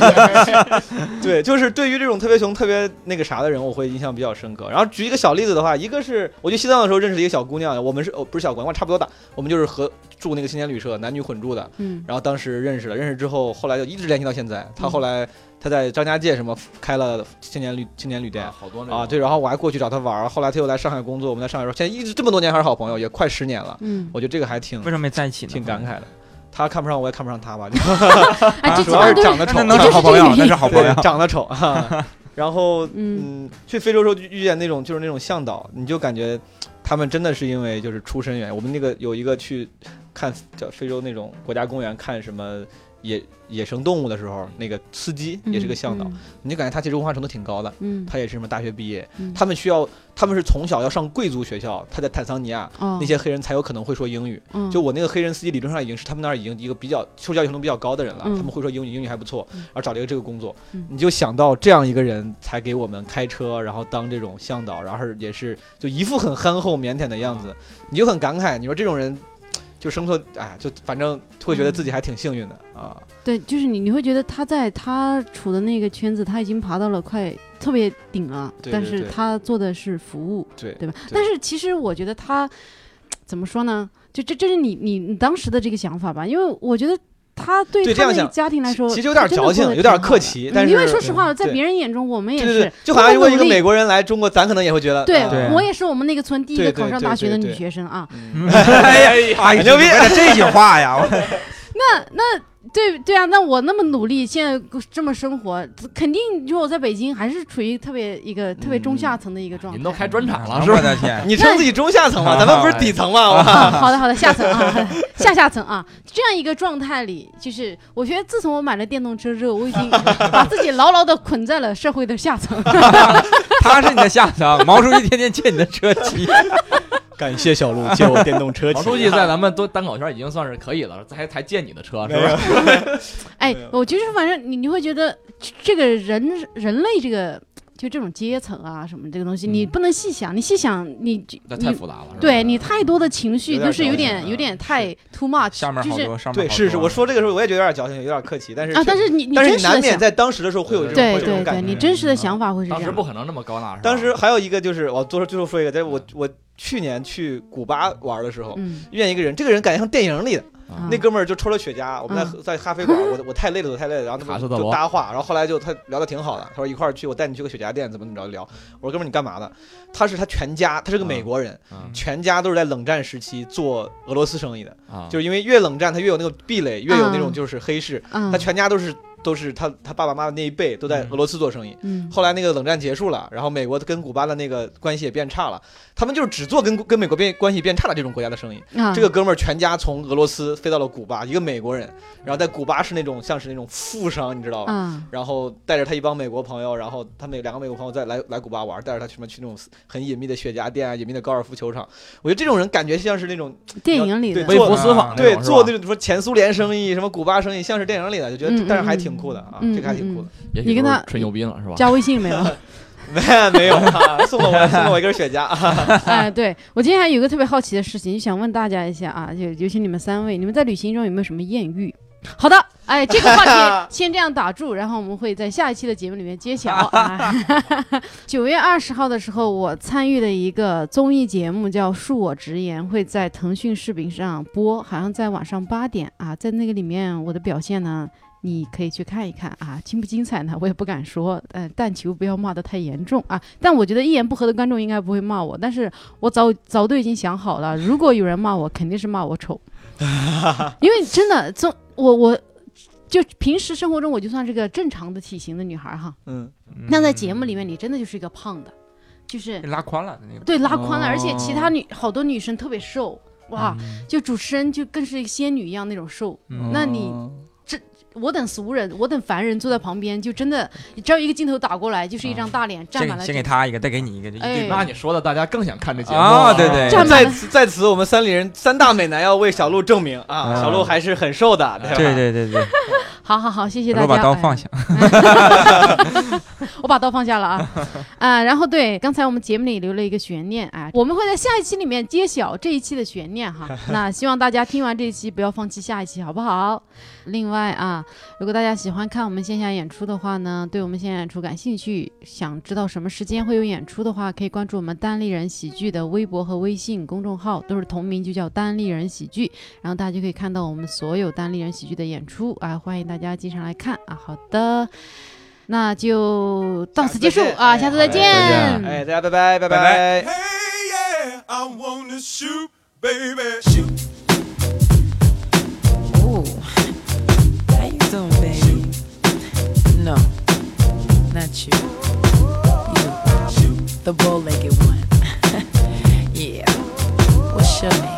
S5: 对，就是对于这种特别穷、特别那个啥的人，我会印象比较深刻。然后举一个小例子的话，一个是呃我去西藏的时候认识了一个小姑娘，我们是哦不是小姑娘，差不多大，我们就是和住那个青年旅社，男女混住的。
S1: 嗯
S5: 然后当时认识了，认识之后，后来就一直联系到现在。他后来他在张家界什么开了青年旅青年旅店
S2: 啊好多那种
S5: 啊，对，，然后我还过去找他玩儿。后来他又来上海工作，我们在上海时候，现在一直这么多年还是好朋友，也快十年了。
S1: 嗯，
S5: 我觉得这个还挺
S3: 为什么没在一起呢？
S5: 挺感慨的。他看不上我，也看不 上他吧，就
S1: 哎，这
S5: 主
S1: 基
S5: 要
S1: 本上都是
S5: 是长得丑
S3: 那，能
S1: 就是
S3: 好朋
S1: 这
S3: 友啊
S1: 个，
S3: 那是好朋
S5: 对
S3: 友，
S5: 长得丑 啊。然后
S1: 嗯
S5: 嗯，去非洲时候就遇见那种就是那种向导，你就感觉他们真的是因为就是出身原因。我们那个有一个去看叫非洲那种国家公园看什么野野生动物的时候，那个司机也是个向导，
S1: 嗯
S5: 你就感觉他其实文化程度挺高的。
S1: 嗯，
S5: 他也是什么大学毕业，
S1: 嗯
S5: 他们需要，他们是从小要上贵族学校，他在坦桑尼亚，
S1: 哦
S5: 那些黑人才有可能会说英语。
S1: 嗯
S5: 就我那个黑人司机，理论上已经是他们那儿已经一个比较受教育程度比较高的人了，
S1: 嗯
S5: 他们会说英语，英语还不错，
S1: 嗯
S5: 然后找了一个这个工作，
S1: 嗯
S5: 你就想到这样一个人才给我们开车，然后当这种向导，然后也是就一副很憨厚腼腆的样
S1: 啊
S5: 子，你就很感慨，你说这种人就生存，哎，就反正会觉得自己还挺幸运的
S1: 嗯
S5: 啊。
S1: 对，就是你，你会觉得他在他处的那个圈子，他已经爬到了快特别顶了，
S5: 对
S1: 但
S5: 对
S1: 是
S5: 对
S1: 他做的是服务，
S5: 对，
S1: 对吧？
S5: 对
S1: 但是其实我觉得他怎么说呢？就这，这是你你你当时的这个想法吧？因为我觉得他对
S5: 对这
S1: 他
S5: 样
S1: 们
S5: 想
S1: 家庭来说，
S5: 其实有点
S1: 他真的
S5: 矫情
S1: 做得
S5: 有点
S1: 挺好
S5: 客
S1: 的
S5: 气
S1: 嗯
S5: 但
S1: 因为
S5: 是
S1: 说实话，在
S5: 对
S1: 别人眼中，我们也
S5: 对对
S1: 是
S5: 对，就好像如果一个
S1: 努力
S5: 美国人来中国，咱可能也会觉得
S1: 对
S5: 啊
S6: 对
S1: 我也是我们那个村第一
S5: 对
S1: 个
S5: 对
S1: 考上
S5: 对
S1: 大
S5: 对
S1: 学的
S5: 对
S1: 女学生啊。
S5: 嗯
S6: 哎呀，哎呀
S5: 牛逼
S6: 你
S5: 啊
S6: 为了这句话 呀，我
S1: 那那对对啊，那我那么努力，现在这么生活，肯定如果我在北京，还是处于特别一个特别中下层的一个状态。
S2: 您都开专场了是
S6: 我
S2: 吧？
S6: 的天，
S5: 你称自己中下层 吗？咱们不是底层吗？我
S1: 啊，好的好的，下层啊，好的下下层啊，这样一个状态里，就是我觉得自从我买了电动车之后，我已经把自己牢牢的捆在了社会的下层。
S6: 他是你的下层，毛书记天天借你的车 骑，
S5: 感谢小鹿借我电动车
S2: 毛书记在咱们都单口圈已经算是可以了，还还借你的车是
S5: 没
S2: 吧？
S1: 哎
S5: 对啊，
S1: 我就是反正你你会觉得这个人人类这个就这种阶层啊什么这个东西，你
S2: 嗯
S1: 不能细想，你细想你
S2: 那太
S1: 你。
S2: 复杂了，是吧
S1: 对你太多的情绪
S5: 有
S1: 就
S5: 点
S1: 是有
S5: 矫情
S1: 点
S5: 嗯
S1: 有点太 too much，
S6: 下面
S1: 就
S6: 好
S1: 是
S6: 多，上面
S5: 对，
S6: 好
S5: 是是，
S6: 多
S5: 我说这个时候我也觉得有点矫情，有点客气，但是
S1: 啊，
S5: 确
S1: 但是你你
S5: 但是
S1: 真
S5: 你
S1: 实的
S5: 难免
S1: 想，
S5: 在当时的时候会有这种会
S1: 对
S5: 有这
S1: 对对，
S5: 种感
S1: 你
S5: 觉。嗯
S1: 真实的想法会是这
S2: 当时
S1: 样
S2: 不。可能那么高大上。
S5: 当时还有一个就是我最后最后说一个，但是我我去年去古巴玩的时候。
S1: 嗯，
S5: 遇见一个人，这个人感觉像电影里的、
S2: 嗯
S1: 啊
S5: 那哥们儿，就抽了雪茄。我们在、
S1: 嗯
S5: 在咖啡馆，我我太累了，我太累了。然后他
S2: 卡斯
S5: 们
S2: 特
S5: 就
S2: 罗
S5: 搭话，然后后来就他聊的挺好的。他说一块儿去，我带你去个雪茄店，怎么怎么着聊。我说哥们儿你干嘛的？他是他全家，他是个美国人，
S2: 嗯
S5: 全家都是在冷战时期做俄罗斯生意的。
S2: 啊，
S5: 就是因为越冷战，他越有那个壁垒，越有那种就是黑市，
S1: 嗯，
S5: 他全家都是都是他他爸爸妈妈那一辈都在
S6: 嗯
S5: 俄罗斯做生意。
S1: 嗯
S5: 后来那个冷战结束了，然后美国跟古巴的那个关系也变差了，他们就是只做跟跟美国变关系变差的这种国家的生意。
S1: 啊
S5: 这个哥们儿全家从俄罗斯飞到了古巴，一个美国人，然后在古巴是那种像是那种富商，你知道吧？
S1: 啊
S5: 然后带着他一帮美国朋友，然后他们两个美国朋友再来来古巴玩，带着他去什么去那种很隐秘的雪茄店啊，隐秘的高尔夫球场。我觉得这种人感觉像是那种
S1: 电影里
S5: 对
S1: 的
S2: 微服私访
S6: 啊
S2: 那
S5: 对，
S2: 种是吧
S5: 做那种什么前苏联生意、什么古巴生意，像是电影里的，就觉
S1: 嗯
S5: 得，但是
S1: 嗯
S5: 还
S1: 嗯
S5: 挺酷的啊，
S1: 嗯
S5: 这个还挺酷的。
S2: 也许
S1: 你跟
S2: 就是
S1: 他
S2: 吹牛逼了是吧？
S1: 加微信 没有？嗯
S5: 没没有啊，送了我送了我一根雪茄啊，
S1: 哎，对我今天还有一个特别好奇的事情，就想问大家一下啊，就尤其你们三位，你们在旅行中有没有什么艳遇？好的，哎，这个话题先这样打住，然后我们会在下一期的节目里面揭晓啊。 九月二十号的时候，我参与的一个综艺节目叫《恕我直言》，会在腾讯视频上播，好像在晚上八点啊。在那个里面，我的表现呢，你可以去看一看啊，精不精彩呢？我也不敢说，呃，但求不要骂得太严重啊。但我觉得一言不合的观众应该不会骂我，但是我早早都已经想好了，如果有人骂我，肯定是骂我 丑，因为真的，从我我就平时生活中我就算是个正常的体型的女孩儿哈，
S5: 嗯，
S6: 嗯
S1: 那在节目里面你真的就是一个胖的，就是
S6: 拉宽了那个。
S1: 对拉宽了，而且其他
S2: 哦
S1: 女好多女生特别瘦，哇，
S3: 嗯
S1: 就主持人就更是一个仙女一样那种瘦，
S6: 嗯，
S1: 那你我等俗人，我等凡人坐在旁边，就真的只要一个镜头打过来，就是一张大脸
S6: 嗯
S1: 占
S6: 先
S1: 满
S6: 给
S1: 了
S6: 先给
S1: 整
S6: 他一个，再给你一个，这一对
S1: 哎
S6: 比
S2: 那你说的，大家更想看这节目
S6: 啊，对对，
S1: 占满
S5: 在
S1: 了
S5: 此在此，我们三里人三大美男要为小鹿证明啊，
S6: 啊
S5: 小鹿还是很瘦的，对吧？
S6: 对对对对，
S1: 好好好，谢谢大
S6: 我
S1: 家。
S6: 把刀
S1: 哎
S6: 放下，
S1: 我把刀放下 了啊啊！然后对，刚才我们节目里留了一个悬念啊，我们会在下一期里面揭晓这一期的悬 念哈。那希望大家听完这一期不要放弃下一期，好不好？另外啊，如果大家喜欢看我们线下演出的话呢，对我们线下演出感兴趣，想知道什么时间会有演出的话，可以关注我们单立人喜剧的微博和微信公众号，都是同名，就叫单立人喜剧。然后大家就可以看到我们所有单立人喜剧的演出啊，欢迎大家经常来看啊。好的，那就到此结束啊，下
S5: 下
S1: 次
S5: 次
S1: 再
S5: 再
S1: 见
S6: 哎
S5: 见。哎，大家拜拜拜
S6: 拜拜
S7: Hey,
S5: 拜。
S7: yeah, I wanna shoot, baby, shoot,
S8: Ooh. How you doing, baby? No, not you. You, the bow-legged one. yeah. What's your name?